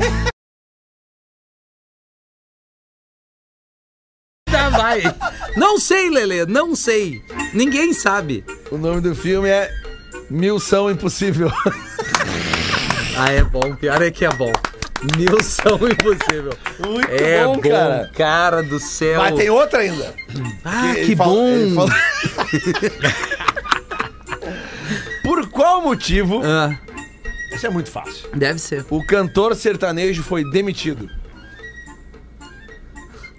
Speaker 2: Tá, vai. Não sei, Lelê, não sei. Ninguém sabe.
Speaker 3: O nome do filme é Mil São Impossível.
Speaker 2: Ah, é bom. Pior é que é bom. Nilson Impossível.
Speaker 3: Muito
Speaker 2: é bom, cara.
Speaker 3: cara.
Speaker 2: do céu.
Speaker 3: Mas tem outra ainda.
Speaker 2: Ah,
Speaker 3: Ele
Speaker 2: que
Speaker 3: fala- ele
Speaker 2: bom.
Speaker 3: fala- Por qual motivo?
Speaker 2: Ah,
Speaker 3: Isso é muito fácil.
Speaker 2: deve ser.
Speaker 3: O cantor sertanejo foi demitido.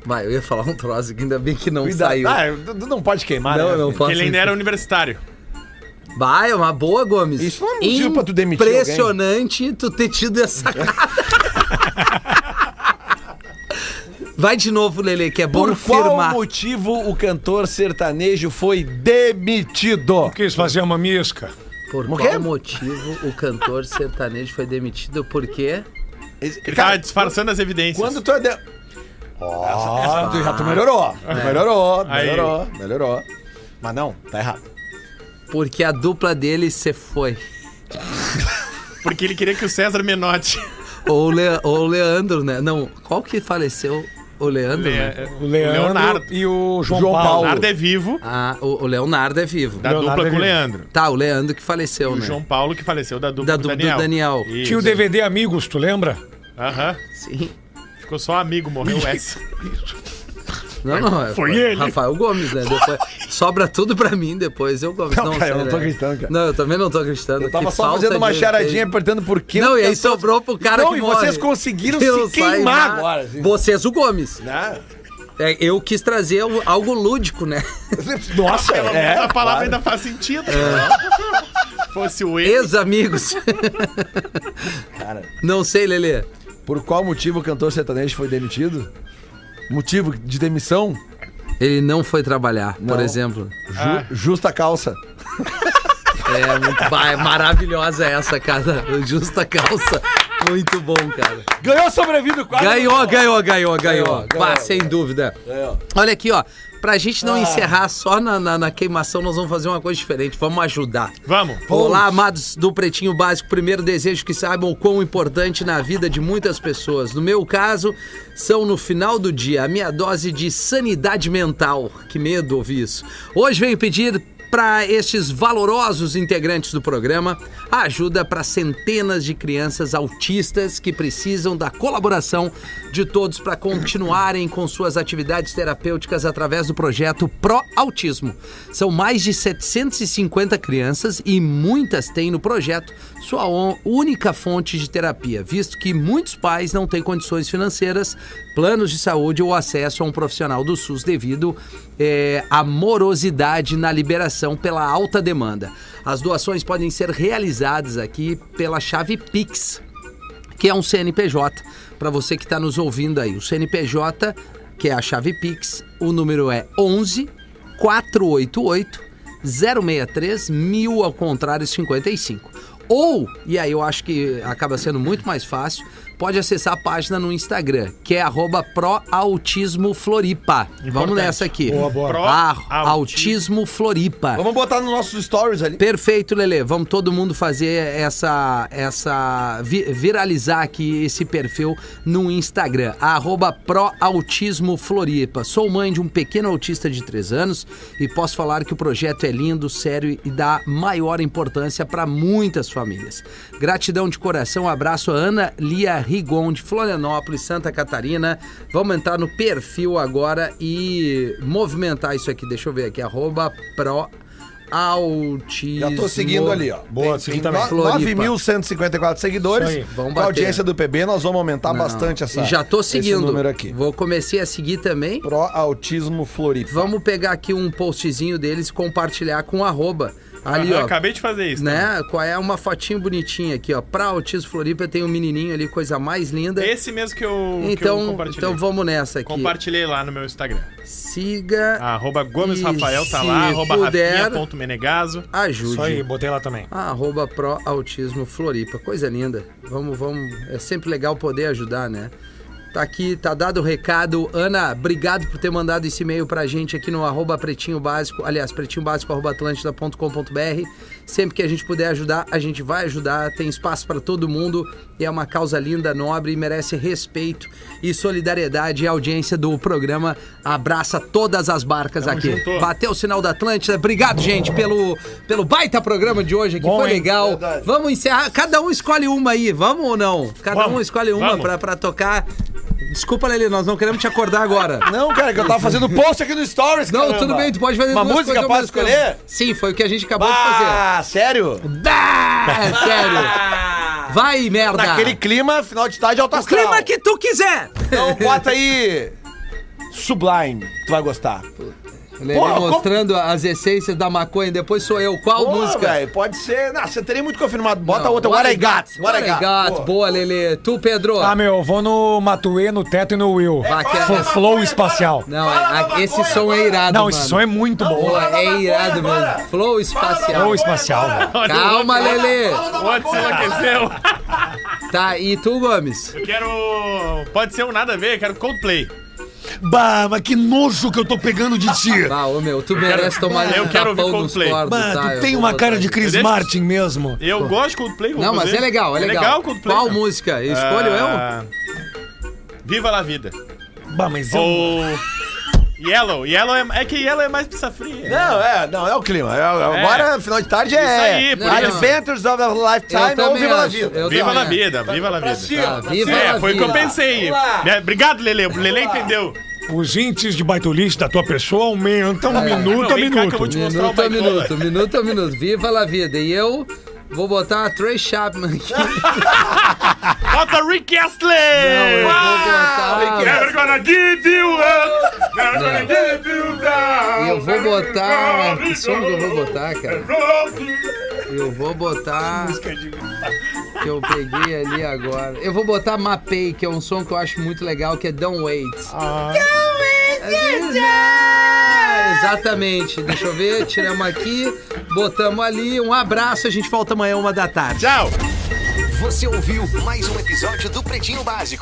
Speaker 2: Vai, eu ia falar um troço que ainda bem que não
Speaker 3: Cuidado.
Speaker 2: saiu.
Speaker 3: Ah, tu- tu não pode queimar,
Speaker 2: não,
Speaker 3: né?
Speaker 2: não posso.
Speaker 4: Ele ainda era universitário.
Speaker 2: Vai, é uma boa, Gomes.
Speaker 3: Isso não é motivo pra tu demitir alguém.
Speaker 2: Impressionante tu ter tido essa cara. Vai de novo, Lele, que é bom
Speaker 3: Por qual
Speaker 2: firmar.
Speaker 3: motivo o cantor sertanejo foi demitido?
Speaker 1: Quis fazer uma misca.
Speaker 2: Por
Speaker 3: O
Speaker 2: qual
Speaker 3: quê?
Speaker 2: motivo o cantor sertanejo foi demitido? Por quê?
Speaker 4: Ele tava
Speaker 3: Cara,
Speaker 4: disfarçando as evidências.
Speaker 3: quando tu é. De... Ó, tu já tu melhorou. Tu melhorou,
Speaker 4: É. Aí.
Speaker 3: melhorou, melhorou. Mas não, tá errado.
Speaker 2: Porque a dupla dele se foi.
Speaker 4: Porque ele queria que o César Menotti.
Speaker 2: Ou o Le- ou o Leandro, né? Não, qual que faleceu? O
Speaker 4: É,
Speaker 2: Leandro, né?
Speaker 4: Le-
Speaker 1: O Leandro
Speaker 4: Leonardo.
Speaker 1: e o João,
Speaker 3: João
Speaker 1: Paulo.
Speaker 3: Paulo.
Speaker 4: Leonardo é vivo,
Speaker 2: Ah, o, o Leonardo é vivo.
Speaker 4: da
Speaker 1: Leonardo
Speaker 4: dupla
Speaker 1: é
Speaker 4: com o
Speaker 1: vivo.
Speaker 4: Leandro.
Speaker 2: Tá, o Leandro que faleceu,
Speaker 4: O
Speaker 3: É.
Speaker 2: né?
Speaker 4: João Paulo que faleceu da dupla
Speaker 2: Da
Speaker 4: com o
Speaker 2: dupla do
Speaker 4: Daniel.
Speaker 2: Daniel.
Speaker 4: Isso.
Speaker 1: Tinha o DVD Amigos, tu lembra?
Speaker 4: Aham.
Speaker 2: Sim.
Speaker 4: Ficou só amigo, morreu essa.
Speaker 2: Não, não, é-
Speaker 1: Foi ele.
Speaker 2: Rafael Gomes, né? Depois- sobra tudo pra mim depois, eu Gomes. Não,
Speaker 3: Não, cara, eu
Speaker 2: sério,
Speaker 3: não tô
Speaker 2: é.
Speaker 3: acreditando, cara.
Speaker 2: Não, eu também não tô acreditando.
Speaker 3: Eu tava
Speaker 2: Que
Speaker 3: só
Speaker 2: falta
Speaker 3: fazendo uma
Speaker 2: de-
Speaker 3: charadinha, apertando por quê.
Speaker 2: Não, e aí
Speaker 3: Eu tô-
Speaker 2: sobrou pro cara
Speaker 3: Não,
Speaker 2: que
Speaker 3: e
Speaker 2: morre.
Speaker 3: vocês conseguiram
Speaker 2: Deus
Speaker 3: se
Speaker 2: vai
Speaker 3: queimar
Speaker 2: mar-
Speaker 3: agora. assim.
Speaker 2: Vocês, o Gomes.
Speaker 3: Né?
Speaker 2: É, eu quis trazer algo- algo lúdico, né?
Speaker 3: Nossa,
Speaker 4: Pelo
Speaker 3: é,
Speaker 4: menos a palavra
Speaker 3: claro.
Speaker 4: ainda faz sentido.
Speaker 2: É.
Speaker 4: Fosse o ele.
Speaker 2: Ex-amigos. Não sei, Lelê.
Speaker 3: Por qual motivo o cantor sertanejo foi demitido? Motivo de demissão?
Speaker 2: Ele não foi trabalhar, por
Speaker 3: Não.
Speaker 2: exemplo.
Speaker 3: Ju- Justa calça.
Speaker 2: É, muito, bah, é maravilhosa essa, cara. Justa calça. Muito bom, cara.
Speaker 3: Ganhou sobrevivido quase.
Speaker 2: Ganhou, ganhou, ganhou, ganhou.
Speaker 3: Ganhou,
Speaker 2: Bah,
Speaker 3: ganhou.
Speaker 2: sem dúvida.
Speaker 3: Ganhou. Ah.
Speaker 2: Olha aqui, ó. Pra gente não encerrar só na, na- na queimação, nós vamos fazer uma coisa diferente. Vamos ajudar.
Speaker 4: Vamos.
Speaker 2: Olá, amados do Pretinho Básico. Primeiro desejo que saibam o quão importante na vida de muitas pessoas. No meu caso, são no final do dia a minha dose de sanidade mental. Que medo ouvir isso. Hoje venho pedir para estes valorosos integrantes do programa a ajuda para centenas de crianças autistas que precisam da colaboração de todos para continuarem com suas atividades terapêuticas através do projeto Pro Autismo. São mais de 750 crianças e muitas têm no projeto sua on- única fonte de terapia, visto que muitos pais não têm condições financeiras, planos de saúde ou acesso a um profissional do SUS devido eh, à morosidade na liberação pela alta demanda. As doações podem ser realizadas aqui pela chave Pix que é um CNPJ. Para você que está nos ouvindo aí, o CNPJ, que é a chave Pix, o número é 11 488 063 mil ao contrário 55. Ou, e aí eu acho que acaba sendo muito mais fácil, pode acessar a página no Instagram, que é arroba proautismofloripa. Vamos nessa aqui. Boa,
Speaker 1: boa.
Speaker 2: Autismo Floripa.
Speaker 3: Vamos botar nos nossos stories ali.
Speaker 2: Perfeito, Lele. Vamos todo mundo fazer essa. essa vi- viralizar aqui esse perfil no Instagram. Arroba ProAutismoFloripa. Sou mãe de um pequeno autista de 3 anos e posso falar que o projeto é lindo, sério e dá maior importância para muitas famílias. Gratidão de coração, abraço a Ana Lia Rigon de Florianópolis, Santa Catarina. Vamos entrar no perfil agora e movimentar isso aqui. Deixa eu ver aqui. Arroba Pro
Speaker 3: Já
Speaker 2: Altismo.
Speaker 3: tô seguindo ali, ó.
Speaker 1: Boa,
Speaker 3: Tem-
Speaker 1: segui
Speaker 3: tem
Speaker 1: também.
Speaker 3: no-
Speaker 2: Floripa.
Speaker 3: 9.154
Speaker 1: Isso aí,
Speaker 3: seguidores.
Speaker 2: vamos
Speaker 3: Com a
Speaker 2: bater.
Speaker 3: audiência do PB, nós vamos aumentar
Speaker 2: Não.
Speaker 3: bastante essa,
Speaker 2: Já tô seguindo.
Speaker 3: esse número aqui.
Speaker 2: Vou comecei a seguir também.
Speaker 3: Pro Autismo Floripa.
Speaker 2: Vamos pegar aqui um postzinho deles e compartilhar com o arroba. Ali,
Speaker 4: Aham,
Speaker 2: ó.
Speaker 4: Acabei de fazer isso. né?
Speaker 2: Né? Qual é uma fotinho bonitinha aqui, ó. Pra Autismo Floripa tem um menininho ali, coisa mais linda.
Speaker 4: Esse mesmo que eu, que eu
Speaker 2: Então,
Speaker 4: compartilhei.
Speaker 2: então vamos nessa aqui.
Speaker 4: Compartilhei lá no meu Instagram.
Speaker 2: Siga,
Speaker 4: Arroba Gomes
Speaker 2: E
Speaker 4: Rafael tá
Speaker 2: se
Speaker 4: lá, arroba
Speaker 2: puder-
Speaker 4: rafinha.menegaso.
Speaker 1: Isso aí,
Speaker 2: ajude.
Speaker 1: botei lá também.
Speaker 2: A Arroba Pro Autismo Floripa. Coisa linda. Vamos, vamos. É sempre legal poder ajudar, né? Tá aqui, tá dado o recado. Ana, obrigado por ter mandado esse e-mail pra gente aqui no arroba pretinho básico, aliás, pretinho básico arroba atlântida.com.br. Sempre que a gente puder ajudar, a gente vai ajudar. Tem espaço pra todo mundo e é uma causa linda, nobre e merece respeito e solidariedade. E a audiência do programa abraça todas as barcas aqui.
Speaker 4: junto.
Speaker 2: Bateu o sinal da Atlântida. Obrigado, gente, pelo, pelo baita programa de hoje aqui.
Speaker 1: Bom,
Speaker 2: Foi
Speaker 1: hein?
Speaker 2: legal. Vamos encerrar. Cada um escolhe uma aí, vamos ou não? Cada um
Speaker 1: Vamos.
Speaker 2: escolhe uma
Speaker 4: Vamos.
Speaker 2: pra, pra tocar. Desculpa, Lelê, nós não queremos te acordar agora.
Speaker 3: Não, cara, que eu tava fazendo post aqui no Stories,
Speaker 2: Não,
Speaker 3: caramba.
Speaker 2: tudo bem, tu pode fazer
Speaker 3: Uma
Speaker 2: duas
Speaker 3: música
Speaker 2: coisas ao
Speaker 3: posso
Speaker 2: mesmo
Speaker 3: escolher?
Speaker 2: tempo. Sim, foi o que a gente acabou de fazer.
Speaker 3: Ah, sério?
Speaker 2: Bah, sério. Vai, merda.
Speaker 3: Naquele clima, final de tarde, alto
Speaker 2: O
Speaker 3: astral.
Speaker 2: clima que tu quiser.
Speaker 3: Então bota aí... Sublime, tu vai gostar.
Speaker 2: Lelê
Speaker 3: Porra, como-
Speaker 2: mostrando as essências da maconha, depois sou eu. Qual
Speaker 3: Boa,
Speaker 2: música?
Speaker 3: velho, pode ser... Não, você teria muito confirmado. Bota
Speaker 2: Não,
Speaker 3: outra, What I Got.
Speaker 2: What I Got.
Speaker 3: Boa.
Speaker 2: Boa, Lelê. Tu, Pedro.
Speaker 1: Ah, meu, eu vou no Matuê, no Teto e no Will.
Speaker 2: Vai, que- é
Speaker 1: Fo- Flow espacial.
Speaker 2: Não,
Speaker 3: Fala
Speaker 2: a-
Speaker 3: da
Speaker 2: esse
Speaker 3: maconha
Speaker 2: som é
Speaker 3: agora.
Speaker 2: irado,
Speaker 1: Não,
Speaker 2: mano.
Speaker 1: esse som é muito bom.
Speaker 2: Boa,
Speaker 3: Fala da
Speaker 2: é
Speaker 3: maconha
Speaker 2: irado
Speaker 3: agora.
Speaker 2: mesmo. Flow espacial.
Speaker 1: Flow espacial, velho.
Speaker 2: Calma,
Speaker 4: Olha o
Speaker 2: Lelê.
Speaker 4: outro- O outro se enlouqueceu.
Speaker 2: Tá, e tu, Gomes?
Speaker 4: Eu quero. Pode ser um nada a ver, eu quero Coldplay.
Speaker 6: Bah, mas que nojo que eu tô pegando de ti.
Speaker 2: Ah, ô meu, tu merece tomar
Speaker 4: eu
Speaker 2: um
Speaker 4: quero ouvir
Speaker 2: tapão nos
Speaker 4: Coldplay.
Speaker 2: cornos,
Speaker 6: Bah,
Speaker 2: tá?
Speaker 6: tu
Speaker 2: Eu
Speaker 6: tem
Speaker 2: vou
Speaker 6: uma
Speaker 2: botar
Speaker 6: cara de
Speaker 2: aí.
Speaker 6: Chris
Speaker 4: Eu deixo-
Speaker 6: Martin mesmo.
Speaker 4: Eu gosto de Coldplay. vou
Speaker 2: Não, mas
Speaker 4: fazer.
Speaker 2: é legal, é legal.
Speaker 4: Coldplay.
Speaker 2: Qual
Speaker 4: né?
Speaker 2: música? Eu escolho
Speaker 4: Ah, Viva la vida.
Speaker 6: Bah, mas eu...
Speaker 4: Ou. Yellow. Yellow é... é que Yellow é mais pizza fria.
Speaker 3: Não, é, não, é o clima. É, é,
Speaker 4: É.
Speaker 3: Agora, final de tarde é.
Speaker 4: aí, por
Speaker 2: isso.
Speaker 3: Adventures of a
Speaker 2: eu?
Speaker 3: Lifetime ou Viva la Vida.
Speaker 2: eu
Speaker 4: Viva
Speaker 2: também
Speaker 4: la
Speaker 2: acho.
Speaker 4: vida, viva la vida.
Speaker 2: Tá, viva
Speaker 4: É,
Speaker 2: la
Speaker 4: foi o que eu
Speaker 2: vida.
Speaker 4: pensei. É, Obrigado, Lele. O Lele entendeu.
Speaker 1: Os índices de baitolice da tua pessoa aumentam
Speaker 2: É.
Speaker 1: minuto
Speaker 4: Não,
Speaker 1: a
Speaker 4: vem cá que eu vou te
Speaker 1: minuto.
Speaker 4: mostrar o
Speaker 2: Minuto a
Speaker 4: Baitola.
Speaker 2: minuto, minuto a minuto. Viva la vida. E eu vou botar uma Trey Chapman aqui.
Speaker 4: Bota Rick
Speaker 2: Não,
Speaker 4: Astley!
Speaker 2: eu vou botar...
Speaker 4: Never gonna give you up! Never gonna
Speaker 2: Não.
Speaker 4: give you down!
Speaker 2: Eu vou botar... Que som que eu vou botar, cara? Eu vou botar. Que eu peguei ali agora. Eu vou botar Mapei, que é um som que eu acho muito legal, que é Don't Wait.
Speaker 4: Ah.
Speaker 2: Don't Wait! Exatamente. Deixa eu ver, tiramos aqui, botamos ali. Um abraço, a gente volta amanhã, uma da tarde.
Speaker 4: Tchau!
Speaker 9: Você ouviu mais um episódio do Pretinho Básico.